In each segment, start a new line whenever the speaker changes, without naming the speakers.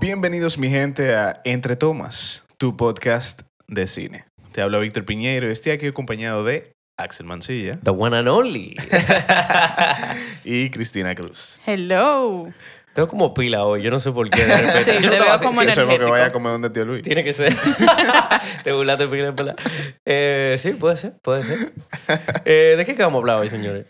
Bienvenidos mi gente a Entre Tomas, tu podcast de cine. Te habla Víctor Piñeiro, estoy aquí acompañado de Axel Mancilla
The one and only.
y Cristina Cruz.
Hello.
Tengo como pila hoy, yo no sé por qué. de repente.
Sí,
Yo
te
no,
veo
así-
como
sí,
Sí, eso es porque
energético.
vaya a comer donde tío Luis.
Tiene que ser. Te burlaste, pila, en verdad. Eh, sí, puede ser, puede ser. Eh, ¿De qué que vamos a hablar hoy, señores?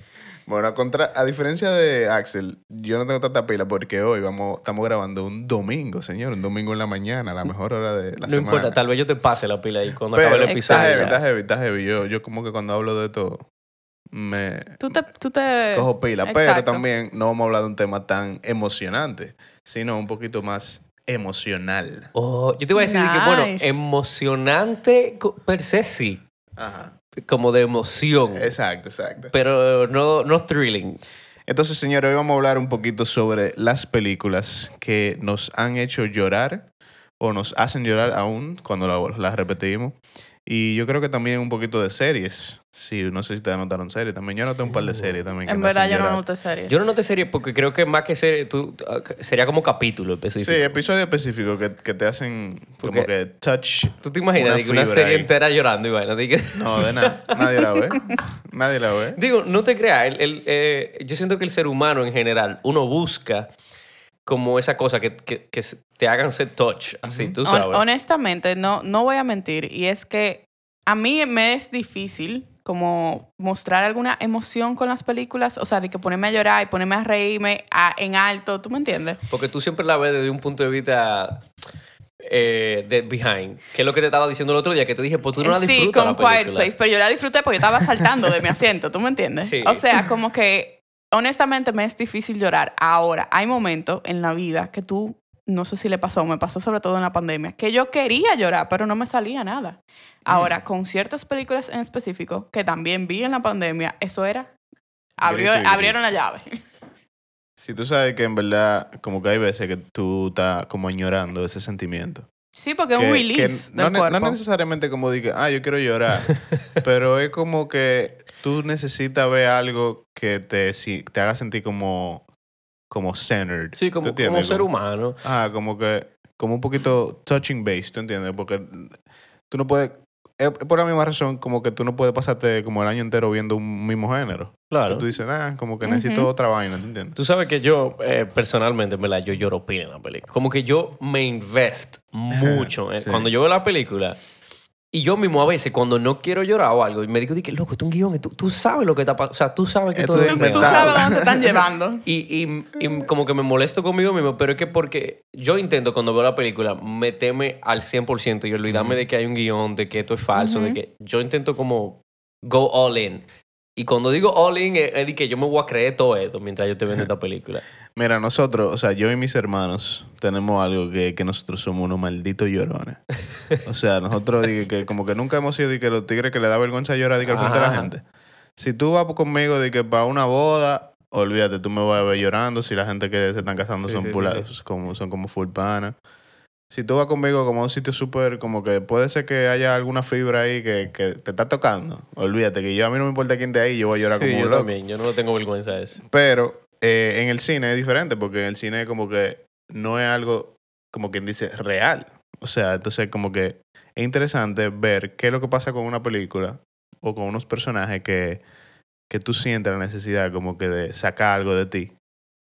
Bueno, a, contra- a diferencia de Axel, yo no tengo tanta pila porque hoy vamos, estamos grabando un domingo, señor. Un domingo en la mañana, la mejor hora de la
no
semana.
importa, tal vez yo te pase la pila ahí cuando
Pero
acabe el episodio.
Está heavy,
ya.
está heavy, está heavy. Yo, yo como que cuando hablo de todo me
Tú te, tú te...
cojo pila. Pero
Eh, exacto.
también no vamos a hablar de un tema tan emocionante, sino un poquito más emocional.
Oh, yo te voy a decir que, bueno,
Nice.
emocionante co- per se sí,
Ajá.
como de emoción,
Exacto, exacto.
pero no, no thrilling.
Entonces, señores, hoy vamos a hablar un poquito sobre las películas que nos han hecho llorar o nos hacen llorar aún cuando la- las repetimos. Y yo creo que también un poquito de series. Sí, no sé si te anotaron series también. Yo anoté un par de series también. que
En
me hacen
verdad yo no
llorar.
anoté series.
Yo no noté serie porque creo que más que serie, tú, ah, sería como
Sí,
capítulo específico.
episodios específicos que, que te hacen como
Porque-
que touch.
¿Tú te imaginas
Una
de que una
fibra
serie
ahí.
entera llorando y vaina? de que-
No, de nada. Nadie la ve. Nadie la ve.
Digo, no te creas. el- el, eh, yo siento que el ser humano en general, uno busca como esa cosa que, que- que se- te hagan ser touch, así, tú
Hon-
sabes.
Honestamente, no, no voy a mentir. Y es que a mí me es difícil como mostrar alguna emoción con las películas. O sea, de que ponerme a llorar y ponerme a reírme a- en alto. ¿Tú me entiendes?
Porque tú siempre la ves desde un punto de vista eh, de behind. Que es lo que te estaba diciendo el otro día, que te dije, pues tú no la
sí,
disfrutas
con
la
Quiet
película.
Place. Pero yo la disfruté porque estaba saltando de mi asiento. ¿Tú me entiendes?
Sí.
O sea, como que honestamente me es difícil llorar. Ahora, hay momentos en la vida que tú... No sé si le pasó, me pasó sobre todo en la pandemia, que yo quería llorar, pero no me salía nada.
Mm.
Ahora, con ciertas películas en específico que también vi en la pandemia, eso era. abrió-
Grito y grito.
abrieron la llave.
Si tú sabes que en verdad, como que hay veces que tú estás como añorando ese sentimiento.
Sí, porque es un
Que- que
release
no,
del
ne-
cuerpo.
no necesariamente como diga, ah, yo quiero llorar. pero es como que tú necesitas ver algo que te, si- te haga sentir como, como centered.
Sí,
¿Tú
como,
entiendes?
como ser humano.
Ah, como que, como un poquito touching base, ¿tú entiendes? Porque tú no puedes, es es por la misma razón como que tú no puedes pasarte como el año entero viendo un mismo género.
Claro.
Tú dices, ah, como que
Ujú.
necesito otra vaina, ¿tú entiendes?
Tú sabes que yo, eh, personalmente, en ¿verdad? Yo lloro pila en la película. Como que yo me invest mucho. eh.
Sí.
Cuando yo veo la película, y yo mismo a veces, cuando no quiero llorar o algo, y me digo, di que, loco, esto es un guión, tú, tú sabes lo que está pasando. O sea, tú sabes que
Esto
todo
es
es
Tú,
real.
tú
mental.
sabes dónde te están llevando.
Y, y- y como que me molesto conmigo mismo, pero es que porque yo intento cuando veo la película meterme al 100% y olvidarme de que hay un guión, de que esto es falso, de
Ujú.
que yo intento como go all in. Y cuando digo all in, es, es de que yo me voy a creer todo esto mientras yo te vendo esta película.
Mira, nosotros, o sea, yo y mis hermanos tenemos algo que, que nosotros somos unos malditos llorones. o sea, nosotros dije que como que nunca hemos sido de que los tigres que le da vergüenza llorar de que al frente de la
Ajá.
gente. Si tú vas conmigo de que para una boda, olvídate, tú me vas a ver llorando. Si la gente que se están casando
Sí,
son
sí, sí,
pula- como son como full pana. Si tú vas conmigo como a un sitio súper, como que puede ser que haya alguna fibra ahí que, que te está tocando. Olvídate que yo a mí no me importa quién de ahí, yo voy a llorar
Sí,
como
yo
un loco.
también. Yo no tengo vergüenza de eso.
Pero eh, en el cine es diferente, porque en el cine como que no es algo, como quien dice, real. O sea, entonces como que es interesante ver qué es lo que pasa con una película o con unos personajes que, que tú sientes la necesidad como que de sacar algo de ti,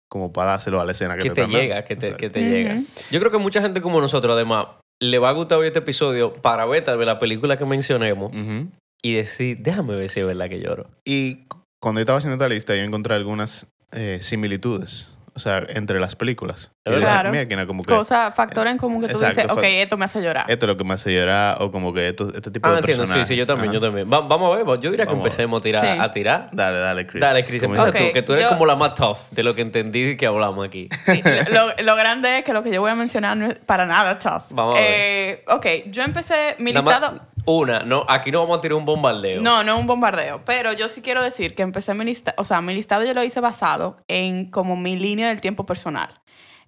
como para dárselo a la escena que,
Que te
están dando.
llega, que te,
Exacto.
que te llega. Yo creo que mucha gente como nosotros, además, le va a gustar hoy este episodio para ver tal vez la película que mencionemos
Ujú.
y decir, déjame ver si es verdad que lloro.
Y cu- cuando yo estaba haciendo esta lista, yo encontré algunas eh, similitudes, o sea, entre las películas.
Es
Y dije,
verdad. Claro.
"Mira, Kina, como que
Cosa, factor en común que tú
Exacto,
dices,
fac-
ok, esto me hace llorar.
esto es lo que me hace llorar o como que esto- este tipo
Ah,
de
entiendo.
personajes.
Sí, sí, yo también,
Ajá.
yo también. Va- vamos a ver, yo diría que
Vamos a ver.
empecemos a tirar.
Sí.
A tirar.
Dale, dale, Chris.
Dale, Chris,
Comienza
empieza
Ok,
tú, que tú eres
yo-
como la más tough de lo que entendí que hablamos aquí.
Sí, lo, lo grande es que lo que yo voy a mencionar no es para nada tough.
Vamos a ver.
Eh, ok, yo empecé mi
Nada más
listado.
una, no, aquí no vamos a tirar un bombardeo.
No, no un bombardeo, pero yo sí quiero decir que empecé mi listado, o sea, mi listado yo lo hice basado en como mi línea del tiempo personal.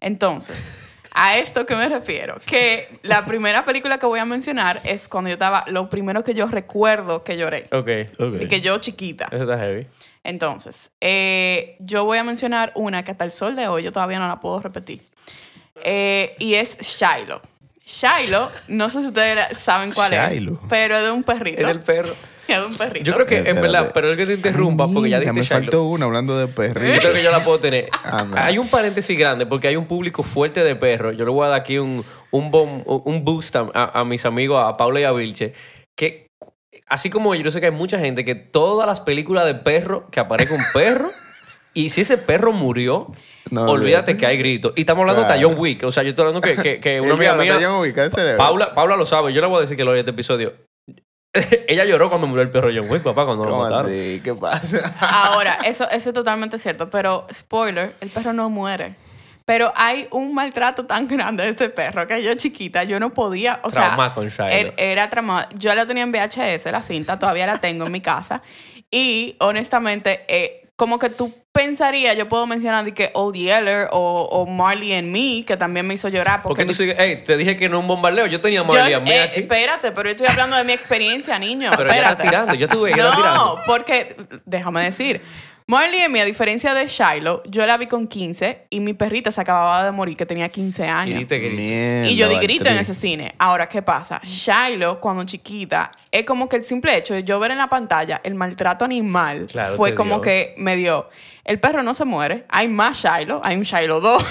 Entonces, a esto que me refiero, que la primera película que voy a mencionar es cuando yo estaba, lo primero que yo recuerdo que lloré,
Ok, eso
Ok.
de que yo chiquita.
está heavy.
Entonces, eh, yo voy a mencionar una que hasta el sol de hoy yo todavía no la puedo repetir. eh, y es Shiloh. Shiloh, no sé si ustedes la- saben cuál
Shiloh.
es, pero es de un perrito.
Es del perro.
Es de un perrito.
Yo creo que, en
Espérate.
verdad, pero el que te interrumpa, porque ya
Mira,
dijiste
me
Shiloh.
faltó una hablando de
Yo
perrito.
creo que yo la puedo tener.
Anda.
hay un paréntesis grande porque hay un público fuerte de perros. Yo le voy a dar aquí un, un, bom- un boost a, a- a mis amigos, a Paula y a Vilche, que así como yo, yo sé que hay mucha gente que todas las películas de perro que aparece un perro y si ese perro murió,
No,
olvídate que hay gritos. Y estamos hablando de
Claro.
John Wick. O sea, yo estoy hablando que, que, que una
Una
amiga mía...
Paula.
Paula, Paula lo sabe, yo le voy a decir que lo oye este episodio. Ella lloró cuando murió el perro John Wick, papá, cuando lo
¿Cómo
mataron.
así? ¿Qué pasa?
Ahora, eso, eso es totalmente cierto, pero spoiler, el perro no muere. Pero hay un maltrato tan grande de este perro que yo chiquita, yo no podía, o
Trauma
sea,
con
er-
Shiloh.
era traumada. Yo la tenía en VHS, la cinta, todavía la tengo en mi casa. Y honestamente, eh, como que tú pensarías, yo puedo mencionar de que Old Yeller o, o Marley and Me, que también me hizo llorar.
¿Por qué
Porque
tú sigues? Ey, te dije que no un bombardeo. Yo tenía
Yo-
Marley a mí
eh,
aquí.
espérate, pero yo estoy hablando de mi experiencia, niño.
Pero ya está
espérate.
tirando, yo tuve que
no,
la tirando.
porque, déjame decir, Marley y me, a diferencia de Shiloh, yo la vi con 15 y mi perrita se acababa de morir, que tenía 15
Y
años.
dijiste que
Y yo di grito en ese cine. Ahora, ¿qué pasa?
Mm.
Shiloh, cuando chiquita, es como que el simple hecho de yo ver en la pantalla el maltrato animal
Claro,
fue
te
como
dio.
que me dio. El perro no se muere, hay más Shiloh, hay un Shiloh 2.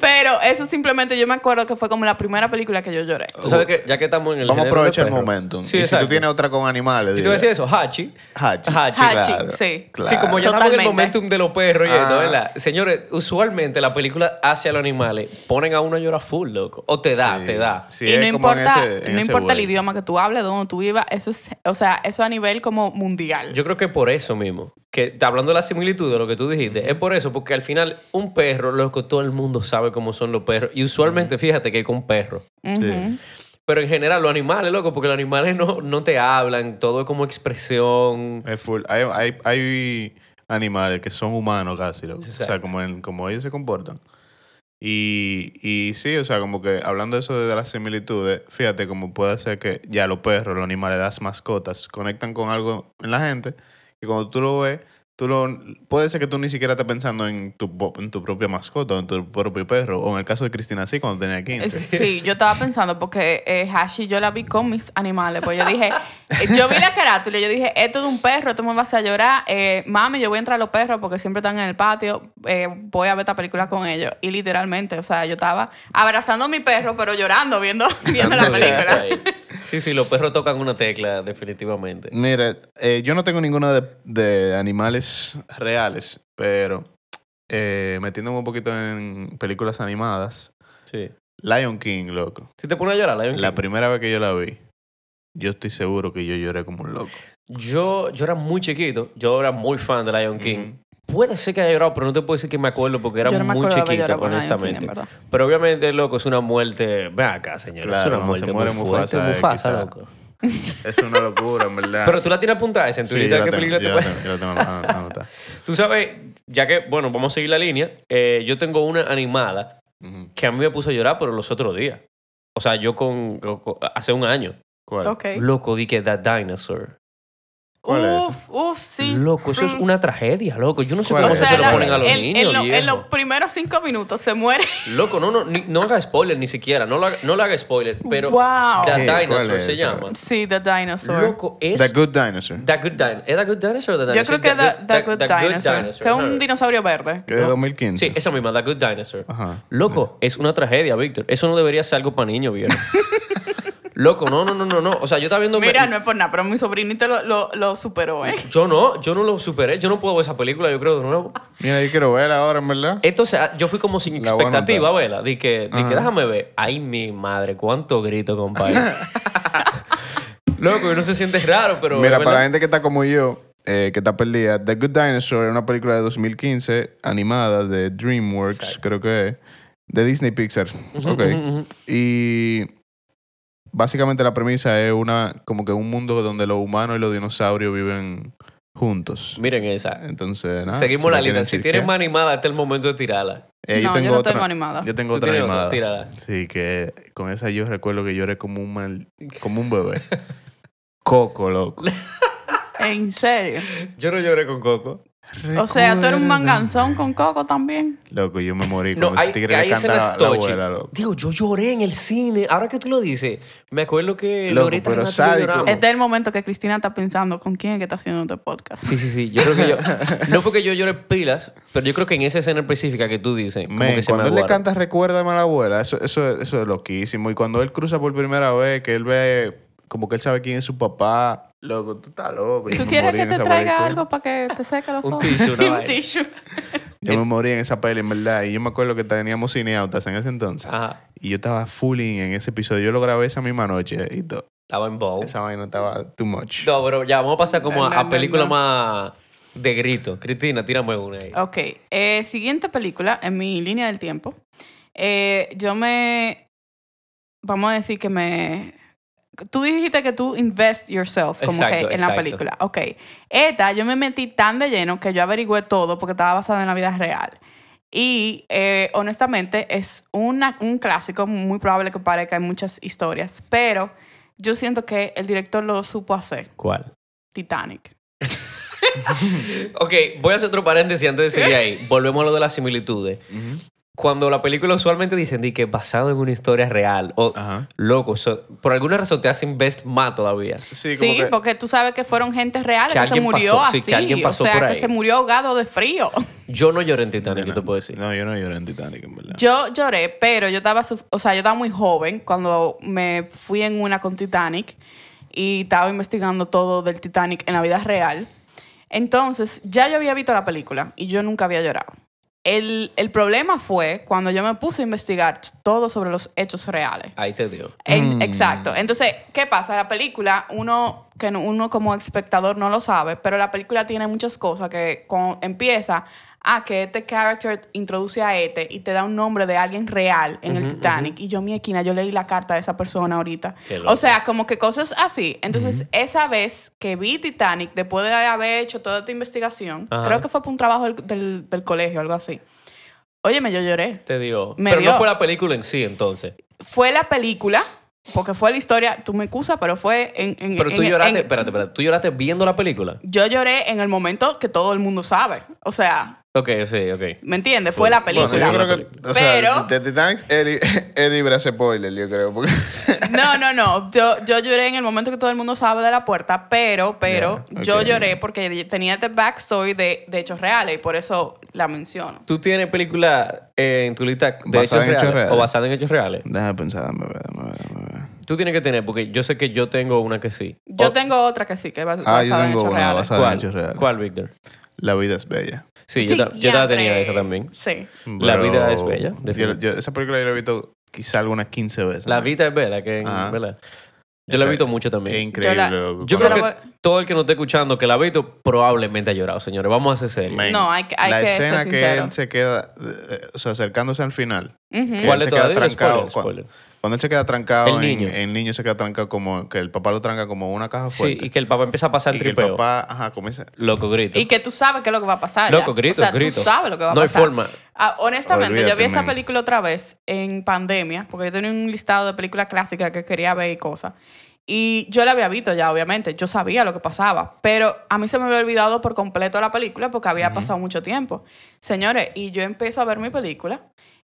Pero eso simplemente yo me acuerdo que fue como la primera película que yo lloré.
Tú sabes que ya que estamos en el
Vamos a
género de
aprovechar el
perro.
momento.
Sí,
y si
exacto.
tú tienes otra con animales.
Y te voy a decir
dile.
eso, Hachi.
Hachi.
Hachi.
Hachi, sí.
Sí, como ya estamos en el
Totalmente.
momentum de los perros, y esto,
Ah.
¿verdad? Señores, usualmente la película hacia los animales ponen a uno a llorar full, loco. O te da,
Sí.
te da.
Sí,
y no
es como en
importa,
ese- en
no
ese
importa el
vuelo.
idioma que tú hables, donde tú vivas, eso es, o sea, eso a nivel como mundial.
Yo creo que por eso mismo, que hablando de la similitud de lo que tú dijiste, es por eso, porque al final un perro, loco, todo el mundo sabe cómo son los perros. Y usualmente, fíjate que con perros.
Ujú.
Sí.
Pero en general, los animales, loco, porque los animales no, no te hablan, todo es como expresión.
Es full. Hay, hay, hay animales que son humanos casi, loco. O sea,
Exacto.
como, en- como ellos se comportan. Y, y sí, o sea, como que hablando de eso de las similitudes, fíjate cómo puede ser que ya los perros, los animales, las mascotas conectan con algo en la gente que cuando tú lo ves, tú lo, puede ser que tú ni siquiera estés pensando en tu, po- en tu propia mascota, o en tu propio perro, o en el caso de Cristina sí, cuando tenía 15.
Eh, Sí, yo estaba pensando porque eh, Hashi yo la vi con mis animales. Pues yo dije, eh, yo vi la carátula y yo dije, esto es de un perro, esto me va a hacer llorar. Eh, mami, yo voy a entrar a los perros porque siempre están en el patio. eh, voy a ver esta película con ellos. Y literalmente, o sea, yo estaba abrazando a mi perro, pero llorando viendo, viendo la película.
Sí, sí, los perros tocan una tecla, definitivamente.
Mira, eh, yo no tengo ninguno de, de animales reales, pero eh, metiéndome un poquito en películas animadas,
Sí.
Lion King, loco.
Si te pones a llorar, Lion King?
La primera vez que yo la vi, yo estoy seguro que yo lloré como un loco.
yo, yo era muy chiquito, yo era muy fan de Lion King. Puede ser que haya llorado, pero no te puedo decir que me acuerdo porque era
Yo no me
muy
acuerdo de haber
chiquito,
llorado con Lion King, en
honestamente.
verdad.
Pero obviamente, loco, es una muerte. Ven acá, señor. es
Claro,
una
no,
muerte.
se muere
muy fuerte,
Mufasa, eh,
Mufasa,
quizá.
loco.
Es una locura, en verdad.
Pero tú la tienes apuntada esa en tu
Sí, yo
lista de
la
qué
tengo,
película te
yo la
puedes-
tengo, yo la tengo anot- anotada.
Tú sabes, ya que, bueno, vamos a seguir la línea. eh, yo tengo una animada
Ujú.
que a mí me puso a llorar, pero los otros días. O sea, yo con, con- con- hace un año.
¿Cuál?
Ok.
Loco, di que That Dinosaur.
¿Cuál es
uf, uf, sí.
Loco, eso es
sí.
una tragedia, loco. Yo no sé
¿Cuál
cómo
O
es?
se,
sea,
lo
la-
ponen a los
en- en
niños.
lo- en
viejo.
los primeros cinco minutos se muere.
Loco, no, no, ni- no haga spoiler ni siquiera. No lo haga, no le haga spoiler. Pero
Wow.
That
Sí, ¿cuál
Dinosaur
es
se
esa?
llama.
Sí, The Dinosaur.
Loco, es
The Good Dinosaur.
The Good Dinosaur. ¿Es The Good Dinosaur o The
Yo
Dinosaur?
creo que es The, The Good Dinosaur, que es un
Ajá.
dinosaurio verde.
que es de
No.
2015.
Sí, esa misma, The Good Dinosaur.
Ajá.
Loco, es una tragedia, Víctor. Eso no debería ser algo para niños, viejo. Loco, no, no, no, no, no. O sea, yo estaba viendo...
Mira, no es por nada, pero mi sobrinito lo, lo, lo superó, ¿eh?
Yo no, yo no lo superé. Yo no puedo ver esa película, yo creo, de nuevo.
Mira, yo quiero verla ahora, en verdad.
Entonces, ah, yo fui como sin
La voy a
expectativa, ¿verdad? Di que, di que
Ajá.
déjame ver. Ay, mi madre, cuánto grito, compadre. Loco, y uno se siente raro, pero...
Mira,
¿verdad?
para la gente que está como yo, eh, que está perdida, The Good Dinosaur es una película de 2015 animada de DreamWorks, creo que es, de Disney Pixar.
Ujú,
Ok.
ujú, ujú.
Y básicamente la premisa es una como que un mundo donde los humanos y los dinosaurios viven juntos.
Miren esa.
Entonces, nada.
Seguimos la
quieren
lista. Si
decir
tienes
qué.
más animada, este es el momento de tirarla.
Eh, yo
No, yo
tengo
no
otra,
tengo animada.
Yo tengo
Tú
otra
tienes otra,
animada.
tírala.
Sí, que con esa yo recuerdo que lloré como un mal, como un bebé. Coco, loco.
En serio.
Yo no lloré con Coco.
O sea, tú eres un manganzón con coco también.
Loco, yo me morí
No,
con
ahí,
ese tigre
ahí
que
es el
canta la, la
estoche.
abuela, loco.
Digo, yo lloré en el cine. Ahora que tú lo dices, me acuerdo que
Loco,
Loreta
pero
Renato y yo
sádico.
lloramos.
Este es el momento que Cristina está pensando con quién es que está haciendo este podcast.
Sí, sí, sí. Yo creo que yo. No fue que yo lloré pilas, pero yo creo que en esa escena específica que tú dices. como
Men,
que se me
cuando él le
aguaron.
canta Recuérdame a la abuela, eso, eso, eso es loquísimo. Y cuando él cruza por primera vez, que él ve como que él sabe quién es su papá. Loco, tú estás loco. yo
¿Tú
me
quieres
morí
que
en
te
esa
traiga
película.
algo para que te seque los
Un
ojos?
tissue, una
Un
vaina.
tissue.
Yo me morí en esa peli, en verdad. Y yo me acuerdo que teníamos cineautas en ese entonces.
Ajá.
Y yo estaba fulling en ese episodio. Yo lo grabé esa misma noche y todo.
Estaba en bow.
Esa vaina estaba too much.
No, pero ya, vamos a pasar como a,
No,
a
no,
película
no.
más de grito. Cristina, tírame una ahí.
Ok. eh, siguiente película en mi línea del tiempo. Eh, yo me. Vamos a decir que me. Tú dijiste que tú invest yourself como
Exacto,
que en la
exacto.
película. Ok. Esta, yo me metí tan de lleno que yo averigüé todo porque estaba basada en la vida real. Y eh, honestamente es una, un clásico, muy probable que parezca en muchas historias, pero yo siento que el director lo supo hacer,
¿Cuál?
Titanic.
Ok, voy a hacer otro paréntesis antes de seguir ahí. Volvemos a lo de las similitudes.
Ujú.
Cuando la película usualmente dicen di que basado en una historia real o
Ajá.
loco, so- por alguna razón te hacen best más todavía.
Sí,
Sí,
como que-
porque tú sabes que fueron gente real
Que
que, se
alguien
murió
pasó, sí,
así.
que alguien pasó
o sea,
por
que
ahí.
se murió ahogado de frío.
Yo no lloré en Titanic, yo
No,
te puedo decir.
No, yo no lloré en Titanic, en verdad.
Yo lloré, pero yo estaba, suf- o sea, yo estaba muy joven cuando me fui en una con Titanic y estaba investigando todo del Titanic en la vida real. Entonces, ya yo había visto la película y yo nunca había llorado. El, el problema fue cuando yo me puse a investigar todo sobre los hechos reales.
Ahí te dio.
En- Exacto. Entonces, ¿qué pasa? La película, uno, que no- uno como espectador no lo sabe, pero la película tiene muchas cosas que cuando empieza a que este character introduce a este y te da un nombre de alguien real en el Titanic. Y yo, mi esquina, yo leí la carta de esa persona ahorita.
Qué loco.
O sea, como que cosas así. Entonces, esa vez que vi Titanic, después de haber hecho toda esta investigación,
Ajá.
creo que fue por un trabajo del, del, del colegio, algo así. Óyeme, yo lloré
Te dio.
Me
pero
dio.
no fue la película en sí, entonces.
fue la película, porque fue la historia, tú me excusas, pero fue en... en-
Pero tú
en-
lloraste,
en-
espérate, espérate, tú lloraste viendo la película.
yo lloré en el momento que todo el mundo sabe. O sea,
Ok, sí, ok.
¿me entiendes? Fue la
Bueno,
Bueno,
película.
yo creo que.
película.
O sea,
Pero-
de Titanic es li- es libre de spoiler, yo creo. Porque...
No, no, no. Yo, yo lloré en el momento que todo el mundo sabe de la puerta, pero, pero
Ya,
yo
ok.
lloré porque tenía este backstory de, de hechos reales y por eso la menciono.
¿Tú tienes película eh, en tu lista de hechos
Basada en
reales,
hechos reales.
o basada en hechos reales?
Déjame pensar, dame, ver, dame, ver, dame ver.
Tú tienes que tener, porque yo sé que yo tengo una que sí.
Yo
O-
tengo otra que sí, que va
Ah, yo
basada en
tengo
hechos
una
reales.
basada en
¿Cuál?
hechos reales.
¿Cuál, Víctor?
La vida es bella.
Sí, yo, ta- yo la tenía
Diantre.
esa también.
Sí.
La
Pero-
vida es bella,
Yo,
definitivamente.
yo- esa película yo la he visto quizá algunas 15 veces.
La vida es bella, que
Ajá.
¿verdad? Yo la he
Esa-
visto mucho
es
también.
increíble.
Yo la-
loco.
Yo
Yo
creo
la
que todo el que nos esté escuchando que la ha visto probablemente ha llorado, señores. Vamos a ser serios.
Man,
No, hay que- hay
La
que ser
escena que
sincero.
él se queda, eh, o sea, acercándose al final.
Ujú.
que él
¿Cuál de
se queda
todas? Dilo,
trancado,
spoiler,
cua-
spoiler.
Cuando él se queda trancado,
El
en-
niño.
En, niño se queda trancado como que el papá lo tranca como una caja
Sí,
fuerte.
y que el papá empieza a pasar
Y
el
que el
tripeo.
papá, ajá, comienza.
Loco, grito.
Y que tú sabes qué es lo que va a pasar. ya.
Loco, grito,
O sea,
grito.
tú sabes lo que va a
no
pasar.
hay forma.
Ah, honestamente, yo vi
Olvídate,
esa
man.
película otra vez en pandemia, porque yo tenía un listado de películas clásicas que quería ver y cosas. Y yo la había visto ya, obviamente, yo sabía lo que pasaba, pero a mí se me había olvidado por completo la película porque había pasado mucho tiempo. Señores, y yo empiezo a ver mi película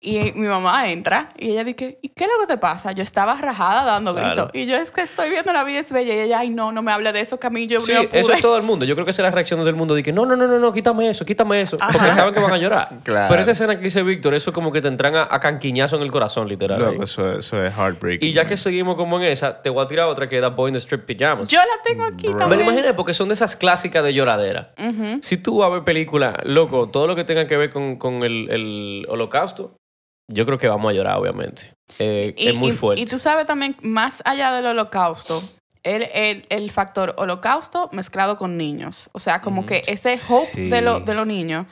y mi mamá entra y ella dice, ¿y qué es lo que te pasa? Yo estaba rajada dando
Claro.
gritos y yo es que estoy viendo La vida es bella y ella, ay no, no me hable de eso, que a mí yo
Sí,
no pude".
eso es todo el mundo. Yo creo que esa es la reacción del mundo. De que no, no, no, no, no, quítame eso, quítame eso.
Ajá.
Porque saben que van a llorar.
Claro.
Pero esa escena que dice Víctor, eso como que te entran a, a canquiñazo en el corazón, literal.
Loco, eso, eso es heartbreaking.
Y ya
man.
que seguimos como en esa, te voy a tirar otra que da Boy in the Strip Pyjamas.
Yo la tengo aquí
Bro.
me lo
también.
imaginé porque son de esas clásicas de lloradera.
Ujú.
Si tú vas a ver películas, loco, todo lo que tenga que ver con, con el, el holocausto, yo creo que vamos a llorar, obviamente. Eh,
Y-
es muy
y-
fuerte.
Y tú sabes también, más allá del holocausto, el, el, el factor holocausto mezclado con niños. O sea, como
Ujú.
que ese hope
Mm, Sí.
de, lo- de los niños.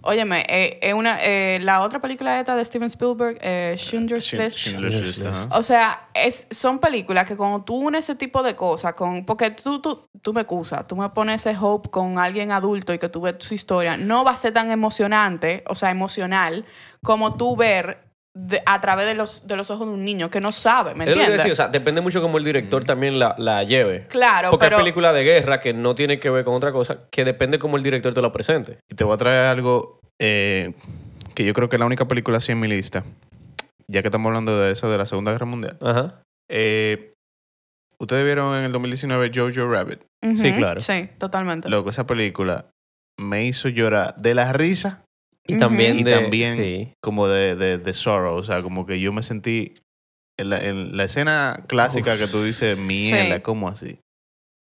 Óyeme, eh, eh, una, eh, la otra película esta de Steven Spielberg, eh, Schindler's
Schindler's
List.
Schindler's List, ajá.
O sea, es, son películas que cuando tú unes ese tipo de cosas, con, porque tú, tú, tú me excusas, tú me pones ese hope con alguien adulto y que tú ves su historia, no va a ser tan emocionante, o sea, emocional, como tú ver de- a través de los, de los ojos de un niño que no sabe,
Es lo que
¿me
te
entiendes?
decía, o sea, depende mucho cómo el
Mm.
director también la, la lleve.
claro,
Porque
pero
hay películas de guerra que no tienen que ver con otra cosa, que depende cómo el director te lo presente.
Y te voy a traer algo eh, que yo creo que es la única película así en mi lista. Ya que estamos hablando de eso, de la Segunda Guerra Mundial.
Ajá.
Eh, Ustedes vieron en el 2019 Jojo Rabbit.
Ujú,
sí, claro.
Sí, totalmente.
Loco, esa película me hizo llorar de la risa
Y
Ujú.
también
y
de-
también
sí.
como de, de, de sorrow. O sea, como que yo me sentí en la, en la escena clásica
Uf.
que tú dices, mierda,
Sí.
¿cómo así?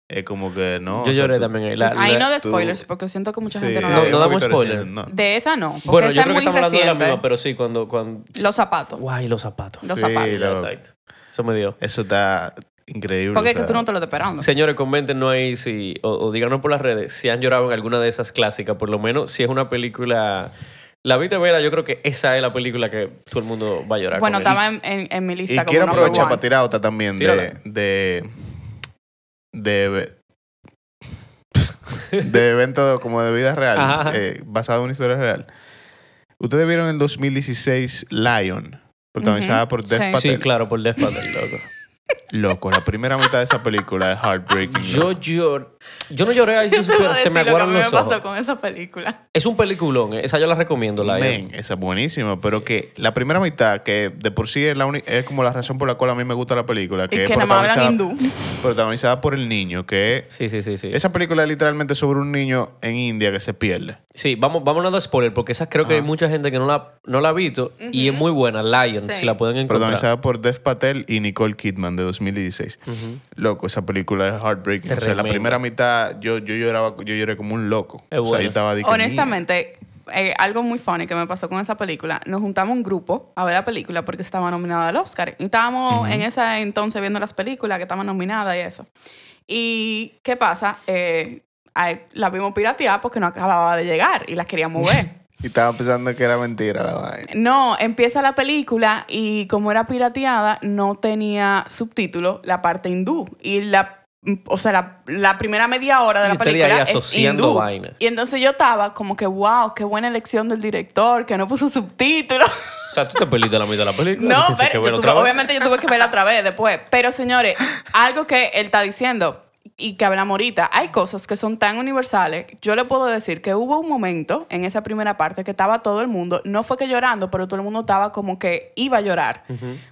Es como que no.
Yo
o sea,
lloré
tú-
también ahí. La-
Ahí
la-
no de
tú-
spoilers, porque siento que mucha
Sí,
gente no
eh,
la
No,
un
ve.
no damos
poquito reciente,
spoilers.
no.
De esa no, porque
Bueno,
esa
yo creo
es
que
muy
estamos hablando de
reciente.
la misma, pero sí, cuando... cuando...
Los zapatos.
Guay, los zapatos.
Los
Sí,
zapatos.
loco.
Exacto. Eso me dio.
Eso está increíble.
Porque
o
es que
sea.
tú no te lo estás esperando.
Señores, comenten ahí si, o, o díganos por las redes si han llorado en alguna de esas clásicas, por lo menos si es una película... La Vita Vela, yo creo que esa es la película que todo el mundo va a llorar.
Bueno,
con ella.
estaba en, en- en mi
Y
lista. como
quiero
number
aprovechar
one.
para tirar otra también de,
Tírala.
de. de. de evento como de vida real,
Ajá, ajá.
eh, basado en una historia real. Ustedes vieron el 2016 Lion, protagonizada
Ujú,
por Dev
sí.
Patel.
Sí, claro, por Death Patel, loco.
Loco, la primera mitad de esa película es heartbreaking.
Yo
loco.
llor... Yo no lloré ahí,
Yo te voy a
se me
decir lo que a
aguaron
mí me
los
pasó
ojos.
con esa película.
Es un peliculón, eh. esa yo la recomiendo. La
Man, esa es buenísima, pero que la primera mitad, que de por sí es, la uni- es como la razón por la cual a mí me gusta la película, que
Y
es
que nada más hablan
protagonizada,
hindú.
protagonizada por el niño, que es
Sí, sí, sí, sí.
Esa película es literalmente sobre un niño en India que se pierde.
Sí, vamos, vamos a dar spoiler porque esa creo que hay
Ajá.
mucha gente que no la, no la ha visto y es muy buena. Lion,
Sí.
si la pueden encontrar.
Protagonizada por Dev Patel y Nicole Kidman de 2016. Loco, esa película es heartbreaking. O sea, la
Tremenda.
primera mitad yo, yo lloraba, yo lloré como un loco.
Es
o sea,
buena.
yo estaba de que,
Honestamente, eh, algo muy funny que me pasó con esa película. Nos juntamos un grupo a ver la película porque estaba nominada al Oscar. Y estábamos en ese entonces viendo las películas que estaban nominadas y eso. ¿Y qué pasa? Eh, ay, la vimos piratear porque no acababa de llegar y las queríamos ver.
"Mierda". Y estaba pensando que era mentira la vaina.
No, empieza la película y como era pirateada, no tenía subtítulo la parte hindú. Y la, o sea, la, la primera media hora de
Y
la
usted ahí
película es
asociando
hindú.
vainas.
Y entonces yo estaba como que, wow, qué buena elección del director, que no puso subtítulos.
O sea, tú te perdiste la mitad de la película.
No,
tuviste que
pero
ver
yo
otra
tuve-
vez.
obviamente yo tuve que verla otra vez después. Pero señores, algo que él está diciendo y que hablamos ahorita, hay cosas que son tan universales. Yo le puedo decir que hubo un momento en esa primera parte que estaba todo el mundo, no fue que llorando, pero todo el mundo estaba como que iba a llorar.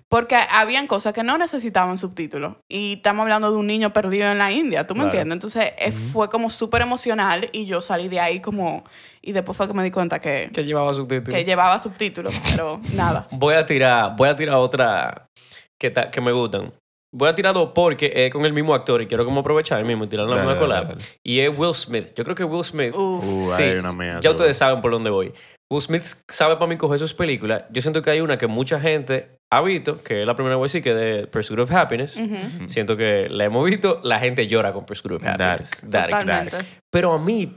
Porque habían cosas que no necesitaban subtítulos. Y estamos hablando de un niño perdido en la India, ¿tú me
Claro.
entiendes? Entonces eh, fue como súper emocional y yo salí de ahí como... Y después fue que me di cuenta que,
Que llevaba subtítulos.
que llevaba subtítulos, pero nada.
Voy a tirar, voy a tirar otra que, ta- que me gustan. Voy a tirar dos porque es con el mismo actor y quiero como aprovechar el mismo y tirar la
Dale,
misma
dale,
colada.
dale.
Y es Will Smith. Yo creo que Will Smith.
Uf.
Uh,
Sí.
hay una mía.
Ya
seguro.
ustedes saben por dónde voy. Will Smith sabe para mí coger sus películas. Yo siento que hay una que mucha gente ha visto, que es la primera que voy a decir, que es de Pursuit of Happiness.
Ujú.
Siento que la hemos visto, la gente llora con Pursuit of Happiness. Dark.
Totalmente.
Pero a mí,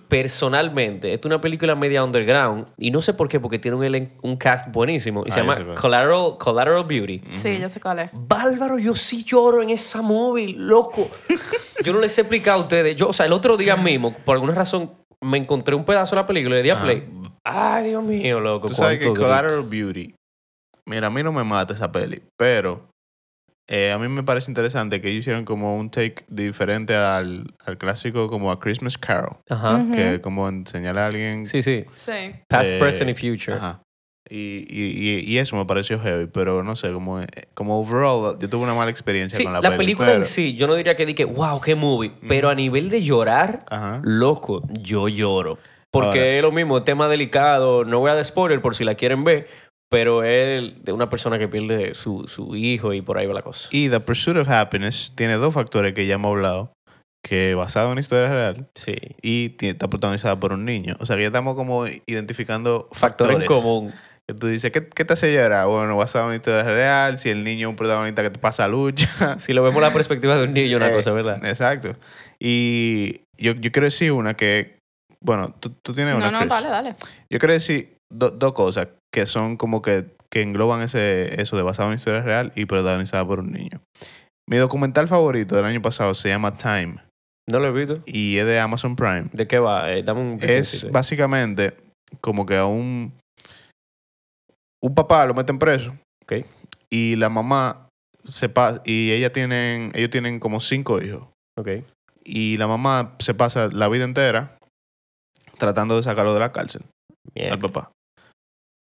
personalmente, esta es una película media underground y no sé por qué, porque tiene un, elen- un cast buenísimo y se
Ah, ya
llama
sé cuál.
Collateral, Collateral Beauty.
Sí, yo sé cuál es.
Bárbaro, yo sí lloro en esa móvil, loco. Yo no les he explicado a ustedes. Yo, o sea, el otro día mismo, por alguna razón, me encontré un pedazo de la película y le di a
Ajá.
play. Ay, Dios mío, loco.
Tú sabes que
cuánto
Collateral
grito.
Beauty. Mira, a mí no me mata esa peli, pero eh, a mí me parece interesante que ellos hicieron como un take diferente al, al clásico como a Christmas Carol.
Ajá.
Ujú.
que como enseñar a alguien.
Sí, sí.
Sí.
Past,
Mm. Eh,
present y future.
Ajá. Y, y, y- y eso me pareció heavy, pero no sé, como, eh, como overall, yo tuve una mala experiencia
Sí,
con
la,
la, peli,
película en
pero-
sí, yo no diría que di que, wow, qué movie. Pero a nivel de llorar,
Ajá.
loco, yo lloro. Porque
Ahora.
es lo mismo, tema delicado. No voy a dar spoiler por si la quieren ver, pero es de una persona que pierde su, su hijo y por ahí va la cosa.
Y The Pursuit of Happiness tiene dos factores que ya hemos hablado, que basado en una historia real
sí.
y ti- está protagonizada por un niño. O sea, que ya estamos como identificando
Factor
factores.
en común.
Que tú dices, ¿qué, qué te hace llorar? Bueno, basado en una historia real, si el niño es un protagonista que te pasa lucha.
Si lo vemos la perspectiva de un niño, una
Eh,
cosa, ¿verdad?
Exacto. Y yo, yo quiero decir una que... Bueno, tú, tú tienes una,
No, no,
Chris.
dale, dale.
Yo creo decir do- dos cosas que son como que, que engloban ese, eso de basado en historia real y protagonizada por un niño. Mi documental favorito del año pasado se llama Time
No lo he visto.
y es de Amazon Prime.
¿De qué va? Eh, dame un
Es
piquecito.
básicamente como que a un, un papá lo meten preso
Ok.
Y la mamá se pasa, y ella tienen, ellos tienen como cinco hijos.
Ok.
Y la mamá se pasa la vida entera tratando de sacarlo de la cárcel
Bien.
al papá.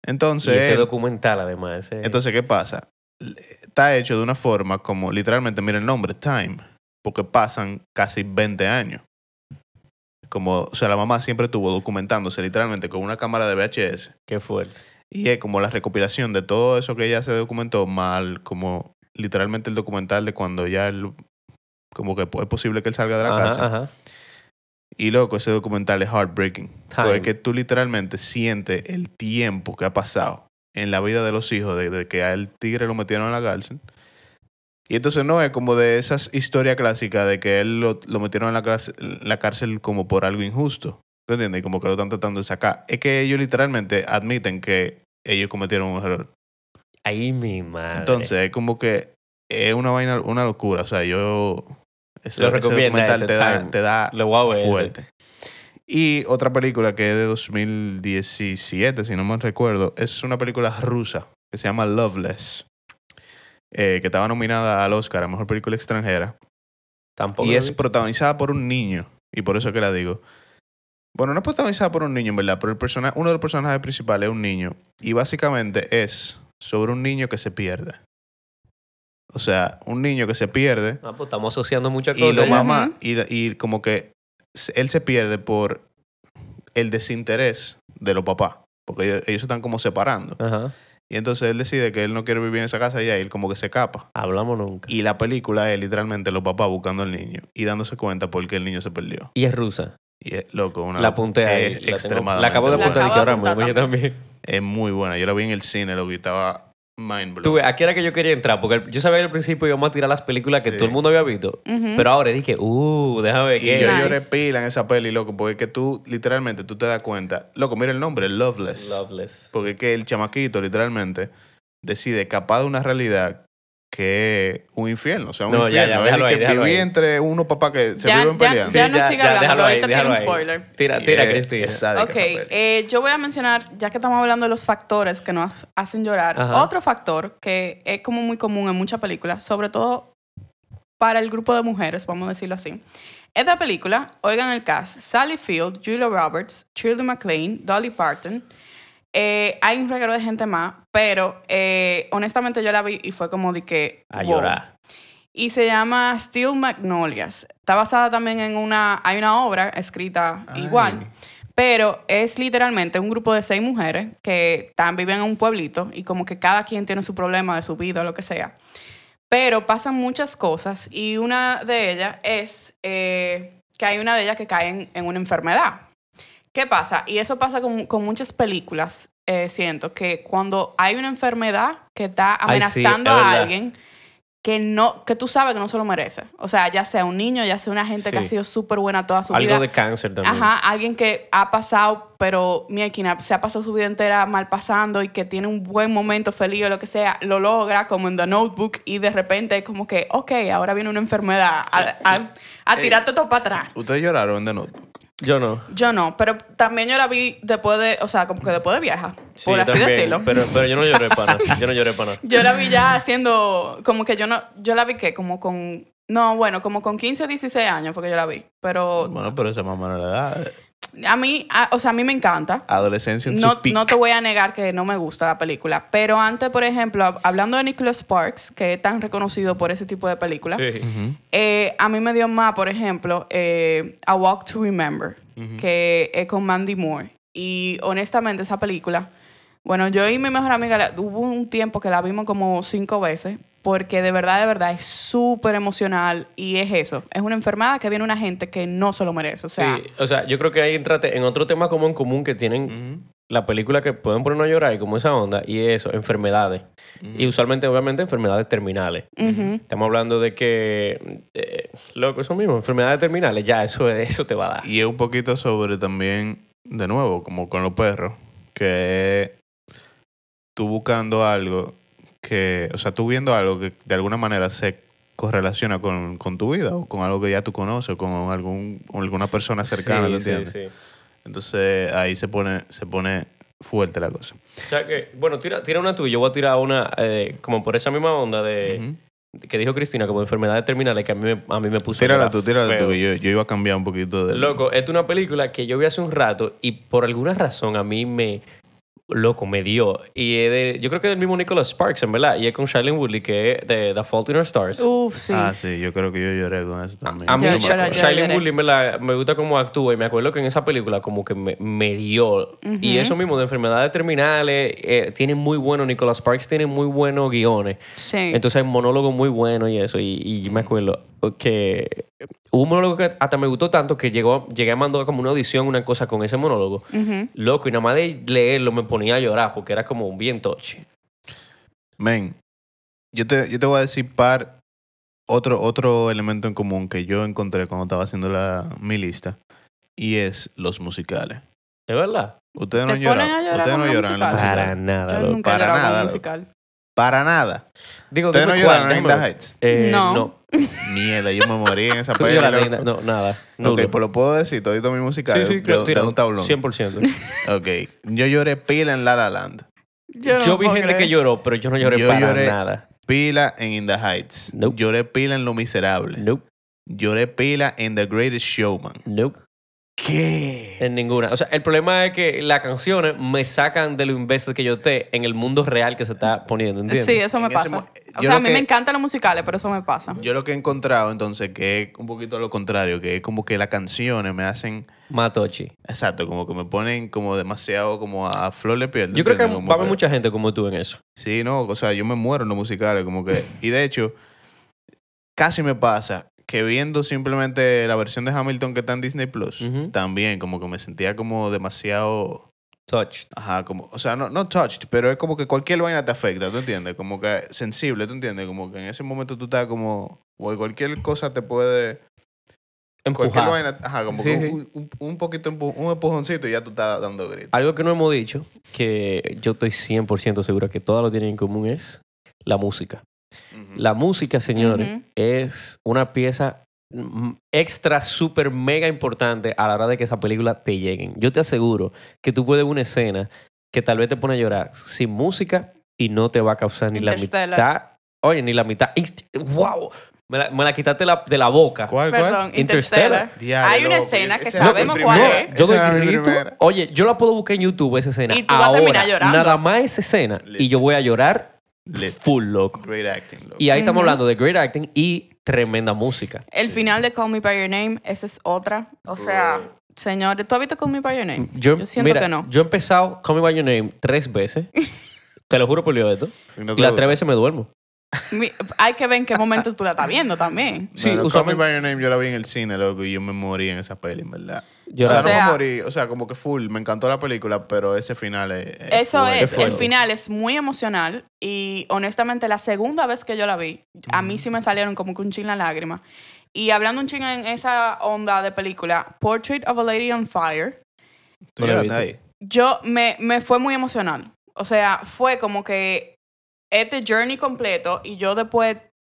Y
Entonces,
ese documental, además. ese-
entonces, ¿qué pasa? Le- Está hecho de una forma como, literalmente, mira el nombre, Time, porque pasan casi 20 años. Como, o sea, la mamá siempre estuvo documentándose literalmente con una cámara de VHS.
qué fuerte.
Y es como la recopilación de todo eso que ella se documentó mal, como literalmente el documental de cuando ya él, como que po- es posible que él salga de la
Ajá,
cárcel.
ajá.
Y loco, ese documental es heartbreaking.
Time.
Porque tú literalmente sientes el tiempo que ha pasado en la vida de los hijos desde que al tigre lo metieron a la cárcel. Y entonces no es como de esas historias clásicas de que él lo, lo metieron en la, clase- la cárcel como por algo injusto. ¿Tú entiendes? Y como que lo están tratando de sacar. Es que ellos literalmente admiten que ellos cometieron un error.
Ahí mi madre.
Entonces es como que es una vaina, una locura. O sea, yo... Ese,
Lo
ese
recomienda ese
documental te da,
Time.
te da
lo voy a ver.
fuerte. Y otra película que es de 2017, si no mal recuerdo, es una película rusa que se llama Loveless, eh, que estaba nominada al Oscar a Mejor Película Extranjera.
Tampoco.
Y
lo
es
vi.
protagonizada por un niño, y por eso que la digo. Bueno, no es protagonizada por un niño, en verdad, pero el persona, uno de los personajes principales es un niño. Y básicamente es sobre un niño que se pierde. O sea, un niño que se pierde
Ah, pues estamos asociando muchas
y
cosas.
lo
Ujú.
mamá y, y como que se- él se pierde por el desinterés de los papás porque ellos, ellos se están como separando
Ajá.
y entonces él decide que él no quiere vivir en esa casa y ahí él como que se escapa
Hablamos nunca. Y,
y la película es literalmente los papás buscando al niño y dándose cuenta por qué el niño se perdió
es rusa.
y es loco una
la apunté ahí.
es
la tengo-
extremadamente
La acabo de
La
buena.
apuntar aquí
acabo de
ahora mismo.
apuntar
Yo también.
es muy buena yo la vi en el cine lo que estaba mind
Tú
blowing
ves, aquí era que yo quería entrar. Porque el- yo sabía que al principio íbamos a tirar las películas que
Sí.
todo el mundo había visto.
Ujú.
Pero ahora dije, uh, déjame ver
y
qué.
yo
Nice.
lloré pila en esa peli loco porque es que tú literalmente tú te das cuenta loco mira el nombre Loveless
Loveless.
Porque es que el chamaquito, literalmente, decide escapar de una realidad que es un infierno. O sea, un
No, ya, ya,
infierno. es
déjalo
de
ahí,
que
déjalo
viví
ahí.
entre unos papás que se
Ya-
viven
ya-
peleando.
ya- no siga hablando,
déjalo
ahorita tiene
déjalo
un spoiler.
Tira,
Y
tira,
es-
Cristina.
es sádica
Ok,
Eh, esa peli.
eh, yo voy a mencionar, ya que estamos hablando de los factores que nos hacen llorar,
Ajá.
otro factor que es como muy común en muchas películas, sobre todo para el grupo de mujeres, vamos a decirlo así. Esta película, oigan el cast, Sally Field, Julia Roberts, Shirley MacLaine, Dolly Parton, eh, hay un regalo de gente más, pero eh, honestamente yo la vi y fue como de que...
A
wow.
llorar.
Y se llama Steel Magnolias. Está basada también en una... Hay una obra escrita
Ay.
igual. Pero es literalmente un grupo de seis mujeres que están, viven en un pueblito y como que cada quien tiene su problema de su vida o lo que sea. Pero pasan muchas cosas y una de ellas es eh, que hay una de ellas que cae en, en una enfermedad. ¿Qué pasa? Y eso pasa con, con muchas películas, eh, siento, que cuando hay una enfermedad que está
Ay, sí, es
amenazando a
verdad.
alguien que no que tú sabes que no se lo merece. O sea, ya sea un niño, ya sea una gente que
Sí.
ha sido súper buena toda su vida.
Algo de cáncer también.
Ajá, alguien que ha pasado, pero mierda, se ha pasado su vida entera mal pasando y que tiene un buen momento feliz o lo que sea, lo logra como en The Notebook y de repente es como que, ok, ahora viene una enfermedad a, a-
Eh,
a tirarte todo para atrás.
Ustedes lloraron en The Notebook.
Yo no.
Yo no, pero también yo la vi después de, o sea, como que después de viaja,
Sí,
por
yo
así
también,
decirlo.
Pero, pero yo no lloré para nada. Yo no lloré para nada.
Yo la vi ya haciendo, como que yo no, yo la vi que como con, no, bueno, como con 15 o 16 años fue que yo la vi, pero
Bueno, pero esa mamá no la edad.
a mí, a- o sea, a mí me encanta.
Adolescencia en
no,
su peak.
no te voy a negar que no me gusta la película. Pero antes, por ejemplo, hab- hablando de Nicholas Sparks, que es tan reconocido por ese tipo de películas,
Sí.
Ujú.
eh, a mí me dio más, por ejemplo, eh, A Walk to Remember,
Ujú.
que es con Mandy Moore. Y honestamente, esa película, bueno, yo y mi mejor amiga la- hubo un tiempo que la vimos como cinco veces, porque de verdad, de verdad, es súper emocional y es eso. Es una enfermedad que viene una gente que no se lo merece. O sea,
Sí, o sea, yo creo que ahí entrate en otro tema como en común que tienen
Ujú.
la película que pueden poner a llorar y como esa onda, y eso, enfermedades.
Mm.
Y usualmente, obviamente, enfermedades terminales.
ujú.
Estamos hablando de que, eh, loco, eso mismo, enfermedades terminales, ya, eso, es- eso te va a dar.
Y es un poquito sobre también, de nuevo, como con los perros, que es tú buscando algo que, o sea, tú viendo algo que de alguna manera se correlaciona con, con tu vida o con algo que ya tú conoces o con algún, con alguna persona cercana,
Sí,
¿te
sí,
entiendes?
sí.
Entonces ahí se pone, se pone fuerte la cosa.
O sea que, bueno, tira, tira una tú y yo voy a tirar una eh, como por esa misma onda de
Ujú.
que dijo Cristina, como de enfermedades terminales que a mí, me- a mí me puso.
Tírala
era
tú, tírala
feo.
tú, que yo, yo iba a cambiar un poquito de...
Loco, esta es una película que yo vi hace un rato y por alguna razón a mí me. Loco, me dio. Y es de- yo creo que es del mismo Nicholas Sparks, en verdad. Y es con Shailene Woodley, que es de The Fault in Our Stars.
Uf, sí.
Ah, sí, yo creo que yo lloré con eso también.
A mí,
No me
Yo
Sha-
lloro,
acuerdo.
yo lloro.
Shailene Woodley, en verdad, me gusta cómo actúa. Y me acuerdo que en esa película, como que me, me dio. Y
Ujú.
eso mismo, de enfermedades terminales, eh, tiene muy bueno. Nicholas Sparks tiene muy buenos guiones.
sí.
Entonces hay monólogo muy bueno y eso. Y, y me acuerdo que hubo un monólogo que hasta me gustó tanto que llegó, llegué a mandar como una audición, una cosa con ese monólogo.
Ujú.
Loco, y nada más de leerlo me ponía a llorar porque era como un bien toche.
Men, yo te, yo te voy a decir par otro, otro elemento en común que yo encontré cuando estaba haciendo la, mi lista y es los musicales.
¿Es verdad?
Ustedes
¿Te
no lloran.
ponen a llorar
Ustedes
con
no
una
lloran en los
musical?
musicales.
Para nada,
Yo
loco.
nunca
para nada, Para nada.
Digo,
he llorado con un musical.
Ustedes no
dime
lloraron
cuál,
en
déjame
The
ver.
Heights.
Eh,
No.
no.
Mierda, yo me morí en esa
Tú lloraste
película.
en The- No, nada.
ok,
nulo.
pues lo puedo decir, todito mi musical.
sí, sí,
de-
claro,
de,
tira,
un tablón.
100%.
Ok. Yo lloré pila en La La Land.
Yo, no
yo vi
puedo
gente que
creer.
lloró, pero yo no lloré
Yo
para
lloré.
nada.
Pila en In the Heights.
Nope.
Lloré pila en Lo Miserable.
Nope,
Lloré pila en The Greatest Showman.
nope.
¿Qué?
En ninguna. O sea, el problema es que las canciones me sacan de lo imbécil que yo esté en el mundo real que se está poniendo, ¿entiendes?
Sí, eso me
En ese
pasa.
mo-
O
yo
sea,
lo
a mí
que-
me encantan los musicales, pero eso me pasa.
Yo lo que he encontrado entonces que es un poquito lo contrario, que es como que las canciones me hacen,
Matochi.
exacto, como que me ponen como demasiado como a, a flor de piel.
Yo creo que
¿entiendes? Como
va a haber mucha gente como tú en eso.
Sí, no, o sea, yo me muero en los musicales, como que... Y de hecho, casi me pasa que viendo simplemente la versión de Hamilton que está en Disney Plus,
Ujú.
también como que me sentía como demasiado...
Touched.
Ajá, como, o sea, no, no touched, pero es como que cualquier vaina te afecta, ¿tú entiendes? Como que sensible, ¿tú entiendes? Como que en ese momento tú estás como, güey, cualquier cosa te puede, cualquier
Empujado.
vaina, ajá, como
Sí,
que
sí.
Un, un- un poquito, empu- un empujoncito y ya tú estás dando gritos.
Algo que no hemos dicho, que yo estoy 100% seguro que todas lo tienen en común, es la música.
Ujú.
La música, señores,
Ujú.
es una pieza mm, extra, súper, mega importante a la hora de que esa película te lleguen. Yo te aseguro que tú puedes ver una escena que tal vez te pone a llorar sin música y no te va a causar ni la
Interstellar.
mitad. Oye, ni la mitad. inst- ¡Wow! Me la, me la quitaste la- de la boca.
¿Cuál,
Perdón,
Interstellar.
Interstellar.
Diablo,
Hay una
loco,
escena
yo-
que
esa era mi
sabemos
primera.
cuál
No,
es.
yo
Esa
doy
era mi
grito.
primera.
Oye, yo la puedo buscar en YouTube esa escena.
Y tú vas a terminar
Ahora,
llorando.
Nada más esa escena y
Lit.
yo voy a llorar
Lit.
full loco.
Great acting, loco.
Y ahí estamos
Ujú.
hablando de great acting y tremenda música.
El final de Call Me By Your Name, esa es otra. O sea, señores, ¿tú has visto Call Me By Your Name?
Yo,
siento
mira,
que no.
Yo he empezado Call Me By Your Name tres veces. te lo juro por Dios esto.
¿Y no
Y
te
las
gusta?
tres veces me duermo.
Mi- Hay que ver en qué momento tú la estás viendo también.
Sí,
Sí,
no, no, Call Me
usualmente-
By Your Name yo la vi en el cine, loco, y yo me morí en esa peli, en verdad.
Yo
o sea,
O sea,
no me morí, o sea, como que full, me encantó la película, pero ese final es... es
Eso
fuerte,
es, el
fuerte.
final es muy emocional y honestamente la segunda vez que yo la vi, a mí sí me salieron como que un chin la lágrima. Y hablando un chin en esa onda de película, Portrait of a Lady on Fire,
¿Tú
No la
lloraste
viste.
ahí?
yo me, me fue muy emocional. O sea, fue como que este journey completo y yo después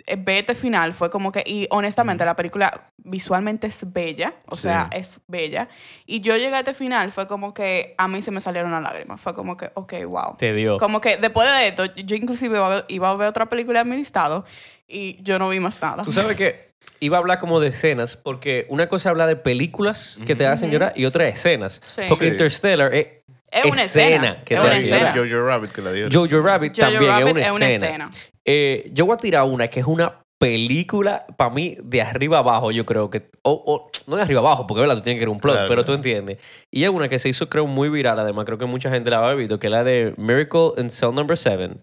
eh, ver este final fue como que, y honestamente la película visualmente es bella, o
Sí.
sea, es bella. Y yo llegué a este final, fue como que a mí se me salieron las lágrimas, fue como que, ok, wow.
te dio.
Como que después de esto, yo inclusive iba a ver, iba a ver otra película en mi listado y yo no vi más nada.
Tú sabes que iba a hablar como de escenas, porque una cosa habla de películas que te hacen
Ujú.
llorar y otra escenas.
Sí.
Porque
Sí.
Interstellar eh, es
es una escena.
escena que
es
te
una
Sí,
hacía
escena.
llorar.
Jojo Rabbit que la dio.
Jojo Rabbit
Jojo
también
Rabbit
es una escena. Eh, yo voy a tirar una que es una película para mí de arriba abajo, yo creo que. O, o, no de arriba abajo, porque ¿verdad? tú tienes que ver un plot,
Claro,
pero
claro.
tú entiendes. Y es una que se hizo, creo, muy viral, además, creo que mucha gente la había visto, que es la de Miracle in Cell Number 7.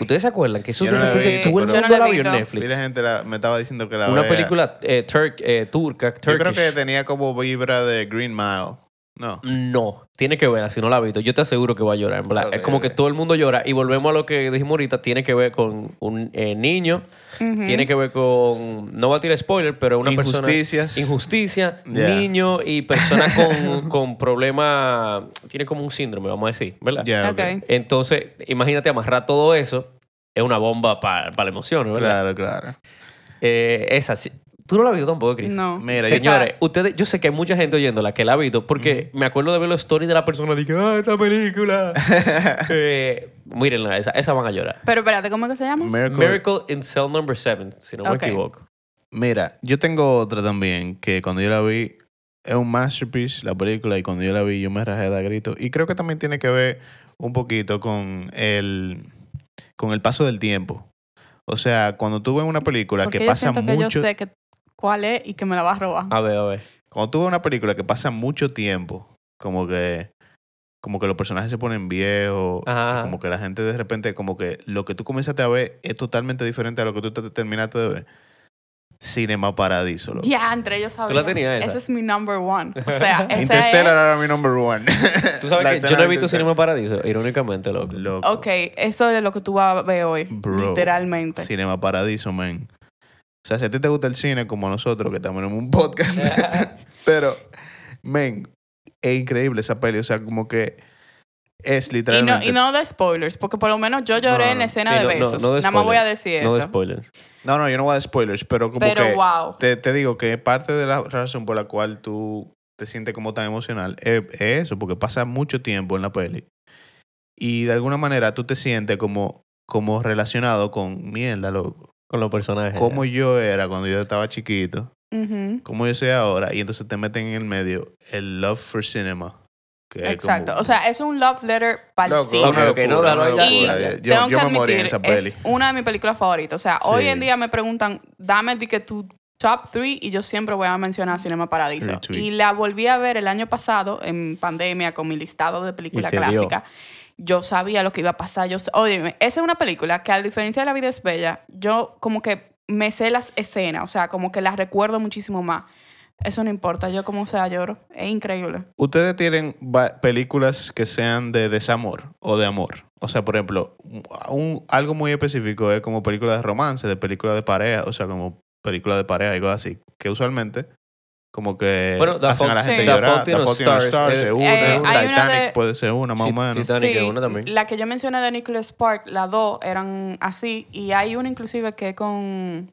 ¿Ustedes se acuerdan que eso
Yo no
de
la
repente
vi,
todo el
pero- Yo
mundo
no la
la
he
vio en
visto.
Vi la
Netflix?
gente la- me estaba diciendo que la
Una
vea.
película eh, turk- eh, turca,
Yo creo que
turkish.
tenía como vibra de Green Mile. No.
No, tiene que ver, si no la ha visto. Yo te aseguro que va a llorar, en verdad.
Ok,
es como que
ok.
todo el mundo llora. Y volvemos a lo que dijimos ahorita, tiene que ver con un eh, niño, tiene que ver con, no voy a tirar spoiler, pero una
Injusticias.
persona... Injusticia.
Yeah.
niño y persona con, con problema, tiene como un síndrome, vamos a decir, ¿verdad?
Ya, ok.
Ok.
Entonces, imagínate amarrar todo eso, es una bomba para la emoción,
Claro,
¿verdad?
claro.
Eh, esa sí. Tú no la has visto tampoco, Chris.
No.
Mira, yo-
Señores, ustedes, yo sé que hay mucha gente oyéndola que la ha visto, porque me acuerdo de ver los stories de la persona de que, ah, esta película. eh, mírenla, esa, esa van a llorar.
Pero espérate, ¿cómo es que se llama?
Miracle-
Miracle in Cell Number 7, si no me
Ok.
equivoco.
Mira, yo tengo otra también que cuando yo la vi es un masterpiece la película y cuando yo la vi yo me rajé de grito y creo que también tiene que ver un poquito con el con el paso del tiempo. O sea, cuando tú ves una película
Porque
que
yo
pasa
siento que
mucho Ah,
yo sé que, cuál es y que me la vas a robar.
A ver, a ver.
cuando tú ves una película que pasa mucho tiempo, como que como que los personajes se ponen viejos,
Ajá.
como que la gente de repente como que lo que tú comenzaste a ver es totalmente diferente a lo que tú te terminaste de ver. Cinema Paradiso. loco.
Ya, entre ellos sabía.
¿Tú la tenías esa?
Ese es mi number one. O sea, esa
Interstellar era mi number one.
Tú sabes
La
que yo
escena
no he
de
visto
Interstellar.
Cinema Paradiso, irónicamente, loco.
Loco.
es... Ok, eso es lo que tú vas a ver hoy.
Bro.
Literalmente.
Cinema Paradiso, man. O sea, si a ti te gusta el cine como a nosotros, que estamos en un podcast. Pero, men, es increíble esa peli. O sea, como que es
Y no,
literalmente.
y no de spoilers, porque por lo menos yo lloré
No,
en
no.
la escena
Sí, no,
de
no,
besos.
no de
Nada más voy a
spoilers.
decir
No de
eso.
spoiler.
no, no, yo no voy a dar spoilers, pero como
Pero
que.
wow.
Te, te digo que parte de la razón por la cual tú te sientes como tan emocional es, es eso, porque pasa mucho tiempo en la peli. Y de alguna manera tú te sientes como, como relacionado con mierda, loco.
Con los personajes.
Cómo yo era cuando yo estaba chiquito,
Ujú.
cómo yo soy ahora, y entonces te meten en el medio el love for cinema. que es
Exacto.
como-
O sea, es un love letter para el
Loco,
cine.
una
Ok, ok, no,
locura,
dalo ahí,
una
dalo
Y
ahí.
locura. Yo,
tengo
yo
que
me morí en
admitir,
esa peli.
es una de mis películas favoritas. O sea, hoy
Sí.
en día me preguntan, dame di que tu top 3 y yo siempre voy a mencionar Cinema Paradiso.
Retweet.
Y la volví a ver el año pasado en pandemia con mi listado de películas
te dio.
clásicas. Yo sabía lo que iba a pasar. Yo, sa- óyeme, esa es una película que a diferencia de La vida es bella, yo como que me sé las escenas, o sea, como que las recuerdo muchísimo más. Eso no importa, yo como sea lloro. Es increíble.
¿Ustedes tienen va- películas que sean de desamor o de amor? O sea, por ejemplo, un- algo muy específico es como películas de romance, de películas de pareja, o sea, como películas de pareja y cosas así, que usualmente como que
Bueno, The
hacen a la
Fault-
gente
sí.
The
llorar.
Fault
The
in Our
Fault in Our
Stars,
Stars
eh,
es una,
eh, hay una
Titanic
de-
puede ser una, más
Sí,
o menos.
Titanic. que una también.
La que yo mencioné de Nicholas Spark, la dos eran así. Y hay una inclusive que es con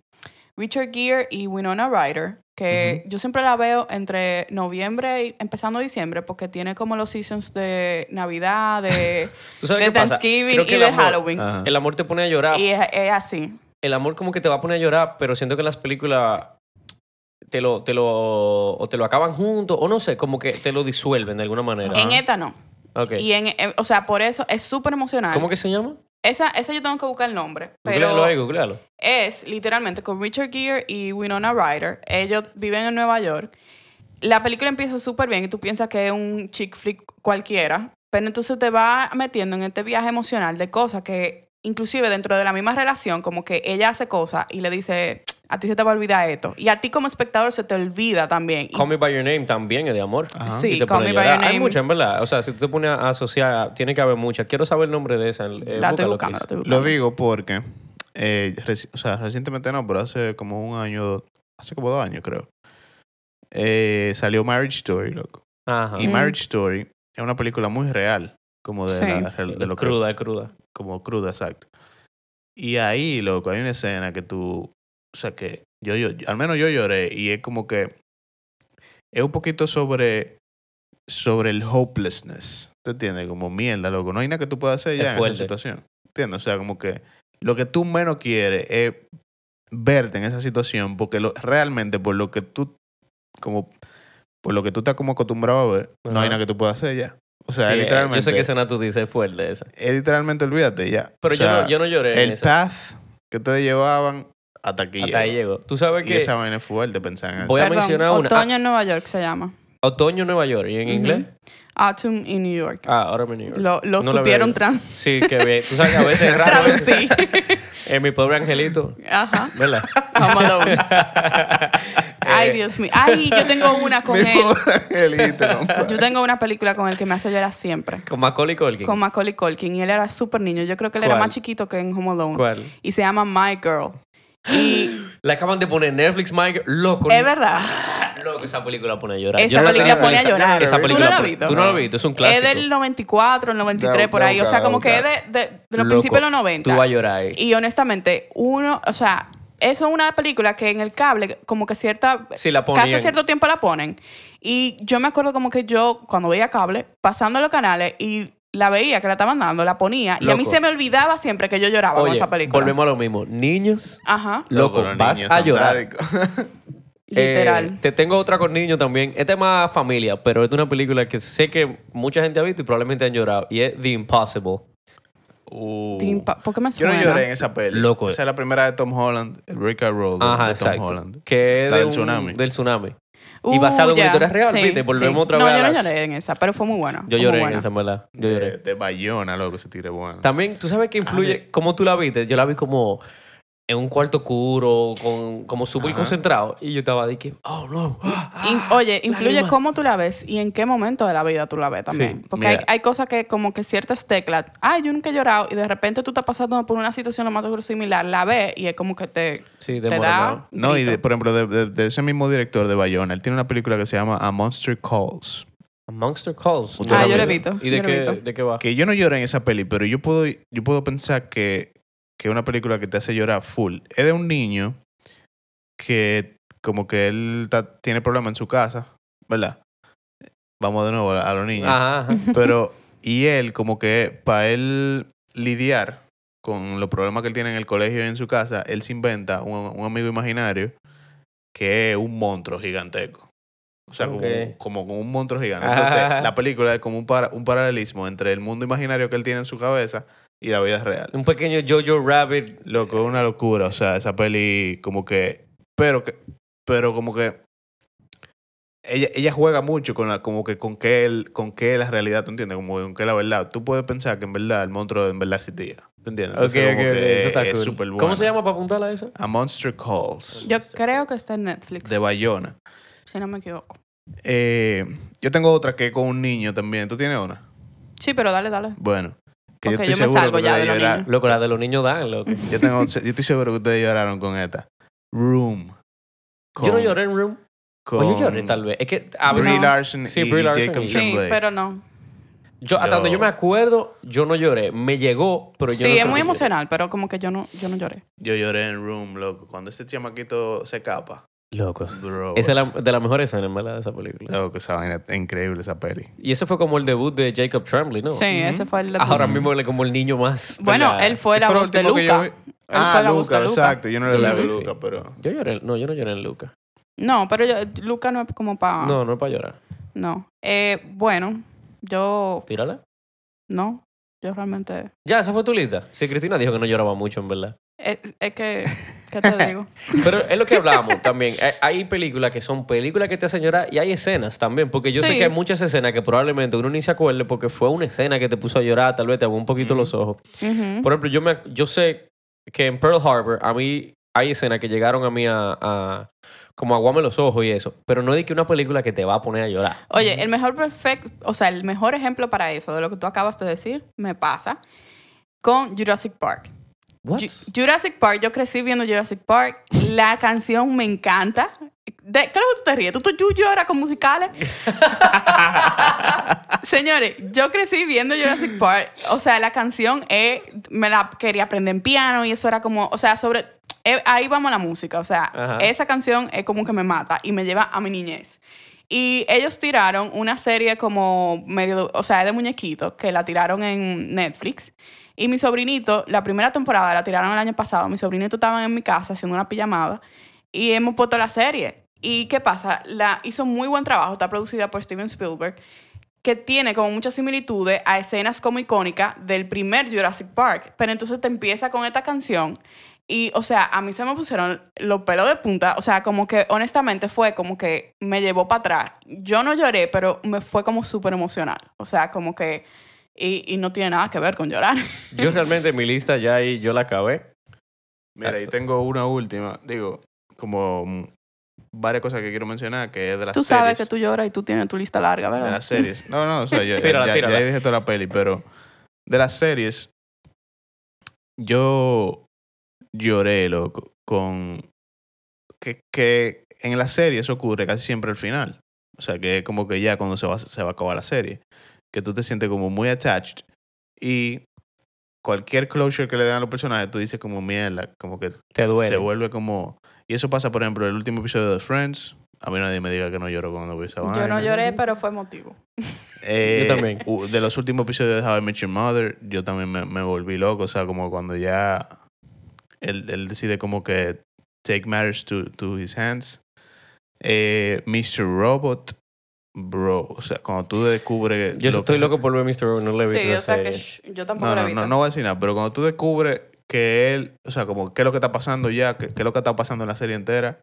Richard Gere y Winona Ryder, que yo siempre la veo entre noviembre y empezando diciembre, porque tiene como los seasons de Navidad, de,
¿Tú sabes
de
qué pasa?
Thanksgiving
Creo
y
que Ah. el
de
amor-
Halloween.
Ajá.
El amor te pone a llorar,
Y es, es así.
el amor como que te va a poner a llorar, pero siento que en las películas te lo, te lo, o te lo acaban juntos, o no sé, como que te lo disuelven de alguna manera. Ah.
En esta no.
Ok.
Y en, en- o sea, por eso es súper emocional.
¿Cómo que se llama?
Esa, esa yo tengo que buscar el nombre.
Googlealo
Pero
ahí, googlealo.
es literalmente con Richard Gere y Winona Ryder. Ellos viven en Nueva York. La película empieza súper bien y tú piensas que es un chick flick cualquiera, pero entonces te va metiendo en este viaje emocional de cosas que inclusive dentro de la misma relación, como que ella hace cosas y le dice, a ti se te va a olvidar esto. Y a ti como espectador se te olvida también. Y-
Call Me By Your Name también es de amor.
Ajá.
Sí,
Y te
Call
pone a
Me By
llorar.
Your
Hay
Name.
muchas, en verdad. O sea, si tú te pones a asociar, tiene que haber muchas. Quiero saber el nombre de esa. Eh,
la estoy
búscalo,
buscando, la
Chris.
estoy buscando.
Lo digo porque, eh, reci- o sea, recientemente no, pero hace como un año, hace como dos años creo, eh, salió Marriage Story, loco.
Ajá.
Y
Mm.
Marriage Story es una película muy real, como de,
Sí.
la- de lo que-
Eh, cruda, es cruda.
como cruda, exacto. Y ahí, loco, hay una escena que tú, o sea, que yo, yo, al menos yo lloré y es como que es un poquito sobre sobre el hopelessness, ¿te entiendes? Como mierda, loco, no hay nada que tú puedas hacer
Es
ya en
fuerte.
esa situación, ¿entiendes? O sea, como que lo que tú menos quieres es verte en esa situación porque lo, realmente por lo que tú como por lo que tú estás como acostumbrado a ver, no hay
Ajá.
nada que tú puedas hacer ya. O sea,
Sí, eh,
literalmente
Yo sé que escena tú dices es fuerte esa.
es literalmente olvídate ya.
Pero
O sea,
yo, no, yo no lloré. en
el
esa.
path que ustedes llevaban hasta aquí.
Hasta ahí
llegó.
llegó. Tú sabes
Y
que
esa vaina es fuerte pensar en eso.
Voy a mencionar una.
Otoño en Nueva York se llama.
otoño en Nueva York y en
Ujú.
inglés.
Autumn in New York.
Ah, ahora me niego.
Lo, lo
No la
supieron
veo.
trans
Sí, qué bien. Tú sabes que a veces es raro.
traducir.
En mi pobre angelito.
Ajá.
¿Verdad?
Home Alone. Ay,
Eh,
Dios mío. Ay, yo tengo una con
Mi
él.
pobre angelito, compa.
Yo tengo una película con él que me hace llorar siempre.
Con Macaulay Culkin.
Con Macaulay Culkin. Y él era súper niño. Yo creo que él era
¿Cuál?
más chiquito que en Home Alone.
¿Cuál?
Y se llama My Girl. Y
La acaban de poner en Netflix, Mike. Loco.
es verdad.
Loco, esa película pone a llorar.
Esa
Yo no la
película
tengo
pone a
vista.
llorar.
Esa
¿Tú no
película
la has
pone-
visto?
Tú no la has visto, es un
Es
clásico.
del 94, el 93, por
Da-
ahí. O sea,
da-
como que
da-
es de, de- de los
Loco,
principios de los 90.
Tú vas a llorar ahí.
Y honestamente, uno, o sea, eso es una película que en el cable, como que cierta.
Sí, la ponían.
Cada cierto tiempo la ponen. Y yo me acuerdo como que yo, cuando veía cable, pasando los canales y la veía que la estaban dando, la ponía. Y a mí
Loco.
se me olvidaba siempre que yo lloraba con
Oye,
esa película.
volvemos a lo mismo. Niños,
Ajá,
loco,
los
vas
niños
a
son
llorar.
sádicos.
Eh,
literal.
te tengo otra con niños también. Esta es más familia, pero es de una película que sé que mucha gente ha visto y probablemente han llorado. Y es The Impossible.
Uh.
Tim, pa- ¿Por qué me
Yo
suena?
no lloré en esa peli.
Loco.
Esa es la primera de Tom Holland, el Rick and Roll de,
Ajá,
de Tom
exacto.
Holland.
Que es
La
de
del
un-
tsunami.
Del tsunami.
Uh,
y basado en una
ya.
historia real,
Sí,
¿viste? Volvemos
sí.
otra
no,
vez a
yo
las-
no lloré en esa, pero fue muy buena.
Yo
fue
lloré
muy
en
buena.
esa mala. Yo
De,
lloré.
de Bayona, loco, se tire bueno.
También, tú sabes que influye, cómo tú la viste. Yo la vi como en un cuarto oscuro, con, como súper
Ajá.
concentrado. Y yo estaba de que, oh no. ah,
In-
ah,
oye, influye
lágrima.
cómo tú la ves y en qué momento de la vida tú la ves también.
Sí,
Porque hay,
mira.
hay cosas que como que ciertas teclas, ay, yo nunca he llorado y de repente tú estás pasando por una situación lo más seguro similar, la ves y es como que te,
Sí,
te
de
da...
moreno.
No, y de-
grito.
por ejemplo, de, de- de ese mismo director de Bayona, él tiene una película que se llama A Monster Calls.
A Monster Calls.
Ah, yo la he
visto,
¿Y de
yo la he
qué,
visto.
de qué va?
Que yo no lloré en esa peli, pero yo puedo, yo puedo pensar que que una película que te hace llorar full. Es de un niño que como que él ta- tiene problemas en su casa, ¿verdad? Vamos de nuevo a, a los niños.
Ajá, ajá.
Pero, y él, como que para él lidiar con los problemas que él tiene en el colegio y en su casa, él se inventa un, un amigo imaginario que es un monstruo gigantesco. O sea,
Ok.
como, como con un monstruo gigante.
Ajá,
Entonces,
ajá.
la película es como un, para- un paralelismo entre el mundo imaginario que él tiene en su cabeza y la vida real.
Un pequeño Jojo Rabbit.
Loco, es una locura. O sea, esa peli como que... Pero que... Pero como que... Ella, ella juega mucho con la, como que con qué el, con qué la realidad, ¿tú entiendes? Como que con qué la verdad. Tú puedes pensar que en verdad el monstruo en verdad existía. ¿Tú entiendes?
Ok, ok, ok.
Entonces, como que
Eso está
es
cool.
súper
¿Cómo
buena.
se llama para apuntarla a esa?
A Monster Calls
Yo creo que está en Netflix,
de Bayona.
si no me equivoco.
Eh, yo tengo otra que es con un niño también. ¿Tú tienes una?
Sí, pero dale, dale.
Bueno. Que
Ok,
yo estoy
yo me
seguro
salgo
que
ya
ustedes
de los
llorar-
Loco, la de los niños dan, loco.
Yo, tengo, yo estoy seguro que ustedes lloraron con esta. Room.
Yo no
Con-
lloré en Room. O yo lloré tal vez. Es que a
Ah, Brie
veces...
Larson
Sí,
y
Brie Larson
Jacob
y- Sí,
Sí,
Tremblay.
pero no.
Yo, hasta donde
Yo-
yo me acuerdo, yo no lloré. Me llegó, pero yo no
Sí, es
creo
muy
que lloré.
emocional, pero como que yo no, yo no lloré.
Yo lloré en Room, loco. Cuando ese chamaquito se escapa.
Locos.
Bro,
Esa es
es-
la- de las mejores escenas, ¿verdad? De esa película.
Loco, esa vaina es increíble, esa peli.
Y ese fue como el debut de Jacob Tremblay, ¿no?
Sí, ese fue el de...
Ahora mismo él es como el niño más.
Bueno,
¿verdad?
él fue la
Ese lo
voz de
último que yo
Luca.
vi.
Él
Ah,
fue la voz de
Luca, exacto. Yo no le
Yo la
hablé a
vi, sí.
Luca, pero...
Yo lloré. No, yo no lloré en Luca.
No, pero yo, Luca no es como para...
No, no es para llorar.
No. Eh, bueno, yo
Tírala.
no. Yo realmente.
Ya, esa fue tu lista. Sí, Cristina dijo que no lloraba mucho, en verdad.
Es, eh, es que. ¿Qué te digo?
Pero es lo que hablábamos también. Hay- Hay películas que son películas que te hacen llorar y hay escenas también. Porque yo sé
Sí.
que hay muchas escenas que probablemente uno ni se acuerde porque fue una escena que te puso a llorar, tal vez te abrió un poquito
Mm.
los ojos.
Ujú.
Por ejemplo, yo, me, yo sé que en Pearl Harbor a mí hay escenas que llegaron a mí a, a- como aguame los ojos y eso. Pero no es de que una película que te va a poner a llorar.
Oye, el mejor perfecto, o sea, el mejor ejemplo para eso, de lo que tú acabas de decir, me pasa con Jurassic Park.
What?
Ju- Jurassic Park, yo crecí viendo Jurassic Park. La canción me encanta. De, ¿Qué es lo que tú te ríes? ¿Tú, tú, tú lloras con musicales? Señores, yo crecí viendo Jurassic Park. O sea, la canción eh, me la quería aprender en piano y eso era como, o sea, sobre... eh, ahí vamos a la música. O sea,
Ajá.
esa canción es como que me mata y me lleva a mi niñez. Y ellos tiraron una serie como medio, o sea, de muñequitos, que la tiraron en Netflix. Y mi sobrinito, la primera temporada la tiraron el año pasado. Mi sobrinito estaba en mi casa haciendo una pijamada y hemos puesto la serie. ¿Y qué pasa? La hizo muy buen trabajo, está producida por Steven Spielberg, que tiene como muchas similitudes a escenas como icónicas del primer Jurassic Park. Pero entonces te empieza con esta canción y, o sea, a mí se me pusieron los pelos de punta. O sea, como que honestamente fue como que me llevó para atrás. Yo no lloré, pero me fue como súper emocional. O sea, como que... Y, y no tiene nada que ver con llorar.
Yo realmente mi lista ya ahí yo la acabé.
Mira, yo tengo una última. Digo, como mm, varias cosas que quiero mencionar, que es de las
Tú
series.
sabes que tú lloras y tú tienes tu lista larga,
De
¿verdad?
las series. No, no, o sea, yo,
Tírala,
ya, ya
tírala.
dije toda la peli, pero de las series, yo lloré, loco, con... Que, que en las series eso ocurre casi siempre al final. O sea, que es como que ya cuando se va, se va a acabar la serie, que tú te sientes como muy attached y cualquier closure que le dan a los personajes, tú dices como mierda, como que
Te duele.
se vuelve como... Y eso pasa, por ejemplo, en el último episodio de Friends. A mí nadie me diga que no lloro cuando vi esa
Yo
vaina.
no lloré, pero fue emotivo.
Eh,
Yo también.
u- De los últimos episodios de How I Met Your Mother, yo también me, me volví loco. O sea, como cuando ya él, él decide como que take matters to, to his hands. Eh, Mr. Robot, bro. O sea, cuando tú descubres...
Yo
lo
estoy
que-
loco por ver Mr. Robot, no le he visto
Sí,
esa
o sea que
serie.
shh, yo tampoco
No,
la
no,
vi
no,
tan-
no voy a decir nada. Pero cuando tú descubres que él... O sea, como qué es lo que está pasando ya, qué, qué es lo que está pasando en la serie entera.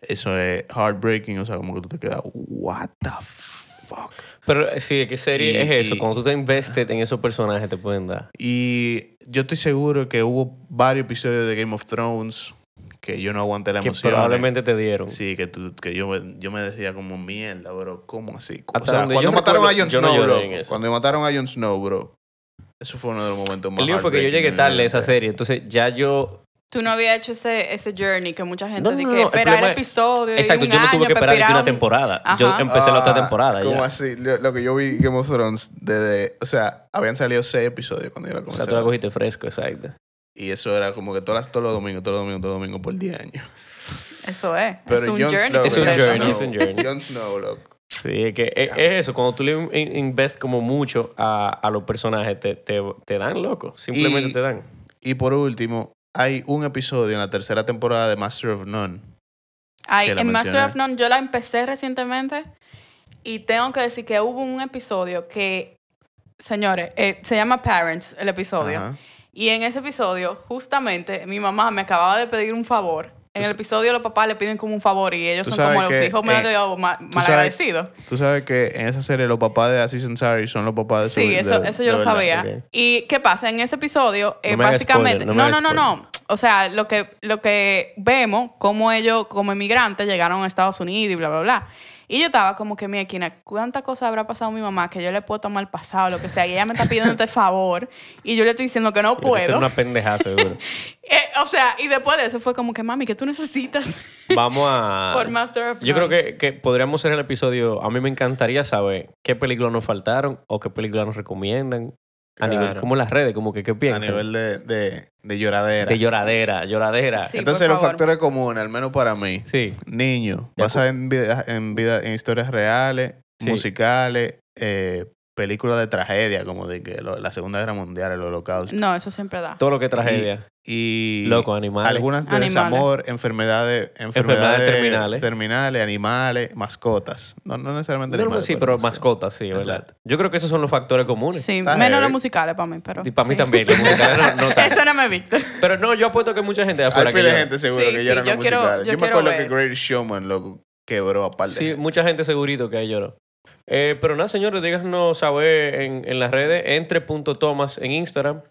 Eso es heartbreaking. O sea, como que tú te quedas... What the fuck?
Pero eh, sí, ¿qué serie
Y-
es eso?
y-
Cuando tú te invested en esos personajes te pueden dar.
Y yo estoy seguro que hubo varios episodios de Game of Thrones que yo no aguanté la
Que
emoción.
probablemente te dieron.
Sí, que, tú- que yo, me- yo me decía como mierda, bro, ¿cómo así?
Hasta
O sea,
donde
cuando
yo
mataron
recuerdo,
a Jon
yo no
Snow,
lloré
loco,
en eso.
cuando mataron a Jon Snow, bro, eso fue uno de los momentos más
El lío fue que yo
heartbreaking
llegué
de mi
tarde a
vida
esa
entera.
serie, entonces ya yo...
Tú no habías hecho ese, ese journey que mucha gente
No, no,
dice
no,
que
no, el
espera el,
problema es-
episodio. y
Exacto,
un
yo no tuve
año
que esperar
pa'
aquí una
esperar un-
temporada. Yo
Ajá.
empecé la otra
Ah,
temporada
¿Cómo
ya.
así? Lo, lo que yo vi Game of Thrones desde... O sea, habían salido seis episodios cuando yo la
O
comencé.
sea, tú la cogiste fresco, exacto.
y eso era como que todas las- todos los domingos, todos los domingos, todos los domingos por 10 años.
Eso es.
Pero
es un
Jon
journey.
Snow,
Es un
Jon
completo.
journey, es
Snow,
un journey.
Jon Snow, loco.
Sí, es que es, es eso, cuando tú le in- in- invest como mucho a, a los personajes, te, te, te dan loco, simplemente
Y-
te dan.
Y por último, hay un episodio en la tercera temporada de Master of None.
Ay,
que la
en Master
mencioné.
of None yo la empecé recientemente y tengo que decir que hubo un episodio que, señores, eh, se llama Parents, el episodio.
Ajá.
Y en ese episodio, justamente, mi mamá me acababa de pedir un favor. En el episodio los papás le piden como un favor y ellos
tú
son
sabes
como los
que,
hijos
eh,
medio ma- malagradecidos.
Tú sabes que en esa serie los papás de Aziz Ansari son los papás de su
Sí, eso,
de-
eso
de
yo lo
verdad.
sabía.
ok.
¿Y qué pasa? En ese episodio, eh,
No me hagas
básicamente...
spoiler, no
no,
me
no,
hagas
no, no. O sea, lo que, lo que vemos, cómo ellos, como inmigrantes, llegaron a Estados Unidos y bla, bla, bla. Y yo estaba como que, mi esquina, ¿cuántas cosas habrá pasado a mi mamá que yo le puedo tomar pasado, lo que sea? Y ella me está pidiendo este favor y yo le estoy diciendo que no
Pero esta es
puedo.
una pendejada, seguro.
Eh, o sea, y después de eso fue como que, mami, ¿qué tú necesitas
Vamos a...
por Master of
Ah, Yo
None?
creo que, que podríamos hacer el episodio. A mí me encantaría saber qué películas nos faltaron o qué películas nos recomiendan. A nivel,
Claro.
como en las redes, como que qué
A
piensan.
nivel de, de, de lloradera.
de lloradera, lloradera.
Sí.
Entonces
por
los
favor.
factores comunes, al menos para mí.
Sí.
Niño,
De
basada en, vida, en, vida, en historias reales,
Sí.
musicales, eh, películas de tragedia, como de que lo- la Segunda Guerra Mundial, el Holocausto.
No, eso siempre da.
Todo lo que es tragedia.
Y
Loco, animales.
Algunas de
Animales.
desamor, enfermedades, enfermedades,
terminales.
terminales. animales, mascotas. No, no necesariamente
No, no,
animales.
sí, pero mascotas, sí, ¿verdad?
Exacto.
Yo creo que esos son los factores comunes.
Sí,
Está
menos los
heavy.
musicales para mí, pero...
Y para mí
sí.
también. los musicales no- no tanto.
Eso no me he visto.
Pero no, yo apuesto que hay mucha gente de afuera
Hay
que
pila de
llora.
gente seguro
Sí,
que
sí,
lloran los
yo quiero-
musicales. Yo,
yo
me
quiero
acuerdo
ver
que
eso.
Great Showman, loco, quebró a par de
Sí,
gente.
mucha gente segurito que ahí lloró. Eh, pero nada, señores, díganos saber en, en las redes, entre.tomas en Instagram.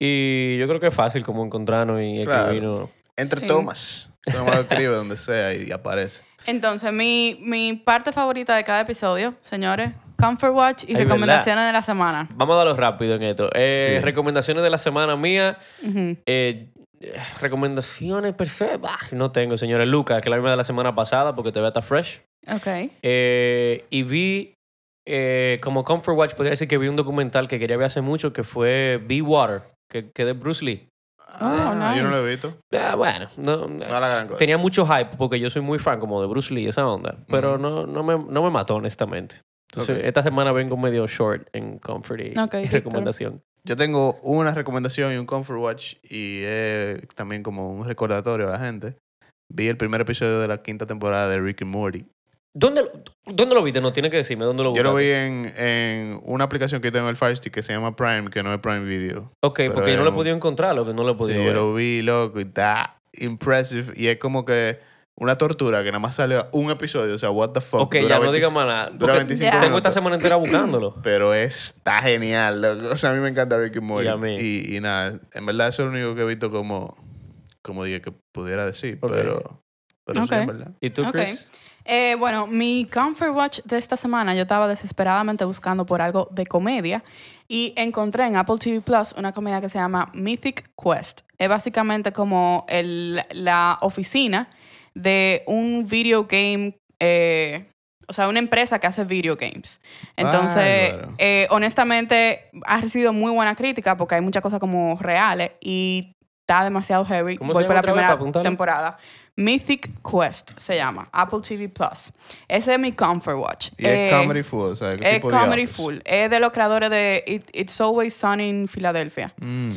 Y yo creo que es fácil como encontrarnos y
Claro.
escribirnos.
Entre
Sí.
tomas. Tú nomás lo escribes donde sea y aparece.
Entonces, mi, mi parte favorita de cada episodio, señores, Comfort Watch y
Ay,
recomendaciones de la semana.
Vamos a darlo rápido en esto. Eh,
Sí.
Recomendaciones de la semana mía.
Ujú.
Eh, eh, recomendaciones per se. bah, no tengo, señores. Lucas, que es la misma de la semana pasada porque todavía está fresh.
Ok.
Eh, y vi, eh, como Comfort Watch, podría decir que vi un documental que quería ver hace mucho que fue Be Water, que, que de Bruce Lee.
Oh,
Ah, Yo no lo he visto.
Ah, bueno, no, no.
No la gran cosa.
tenía mucho hype porque yo soy muy fan como de Bruce Lee, esa onda. Pero
Ujú.
no, no, me, no me mató, honestamente. Entonces,
Ok.
esta semana vengo medio short en comfort y,
Ok,
y
Víctor.
recomendación.
Yo tengo una recomendación y un comfort watch y eh, también como un recordatorio a la gente. Vi el primer episodio de la quinta temporada de Rick and Morty.
¿Dónde, lo- ¿Dónde lo viste? No tiene que decirme dónde lo
Yo
viste.
lo vi en, en una aplicación que tengo en el Fire Stick que se llama Prime, que no es Prime Video.
Ok,
pero
porque yo no
en
lo he
un-
podido encontrar, lo que no lo he
Sí,
podido
yo
ver.
lo vi, loco, y está impressive. Y es como que una tortura que nada más sale un episodio. O sea, what the fuck.
ok,
dura
ya no
20
diga más nada.
dura
porque
25
tengo esta
minutos.
semana entera buscándolo.
Pero está genial, loco. O sea, a mí me encanta Rick and Morty.
Y a mí.
Y, y nada, en verdad eso es lo único que he visto como, como dije que pudiera decir.
Ok.
Pero, pero sí,
Ok.
en verdad.
¿Y tú,
Ok.
Chris?
Eh, bueno, mi comfort watch de esta semana, yo estaba desesperadamente buscando por algo de comedia y encontré en Apple TV Plus una comedia que se llama Mythic Quest. Es básicamente como el- la oficina de un video game eh, o sea, una empresa que hace video games. Entonces,
Bárbaro.
eh, honestamente, ha recibido muy buena crítica porque hay muchas cosas como reales y está demasiado heavy.
¿Cómo se
Voy
llama
por la
otra vez para
primera
apuntarlo?
temporada. Mythic Quest se llama, Apple TV Plus. Ese es mi comfort watch.
Y
Eh,
es comedy full, o sea, ¿qué
es
tipo de
comedy
Office?
full. Es de los creadores de It- It's Always Sunny in Philadelphia.
Mm.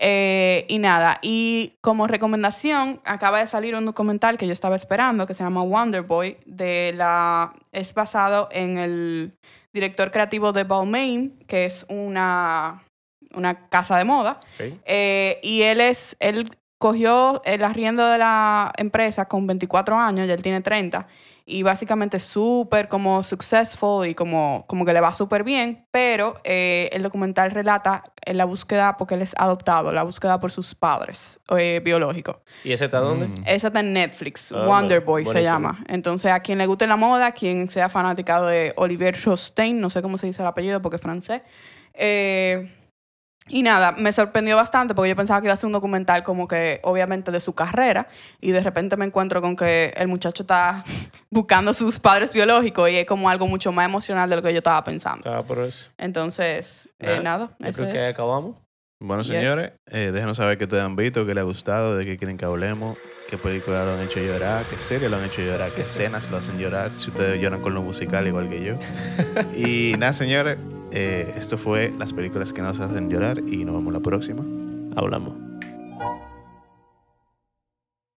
Eh, y nada, y como recomendación, acaba de salir un documental que yo estaba esperando, que se llama Wonder Boy, de la, es basado en el director creativo de Balmain, que es una, una casa de moda.
Ok.
Eh, y él es, él cogió el arriendo de la empresa con 24 años, ya él tiene 30, y básicamente súper como successful y como, como que le va súper bien, pero eh, el documental relata eh, la búsqueda, porque él es adoptado, la búsqueda por sus padres eh, biológicos.
¿Y ese está dónde?
Mm.
Esa está en Netflix,
Ah,
Wonder
bueno,
Boy se
buenísimo.
llama. Entonces, a quien le guste la moda, quien sea fanático de Olivier Rostein, no sé cómo se dice el apellido porque es francés. Eh, y nada, me sorprendió bastante porque yo pensaba que iba a ser un documental como que, obviamente, de su carrera. Y de repente me encuentro con que el muchacho está buscando a sus padres biológicos y es como algo mucho más emocional de lo que yo estaba pensando.
Estaba por eso.
Entonces, eh,
Nada,
nada,
Ah, Yo
eso
creo que
es.
acabamos.
Bueno,
Yes.
señores, eh, déjenos saber qué te han visto, qué les ha gustado, de qué quieren que hablemos, qué películas lo han hecho llorar, qué series lo han hecho llorar, qué escenas lo hacen llorar, si ustedes lloran con lo musical igual que yo. y nada, señores, eh, esto fue las películas que nos hacen llorar y nos vemos la próxima.
Hablamos.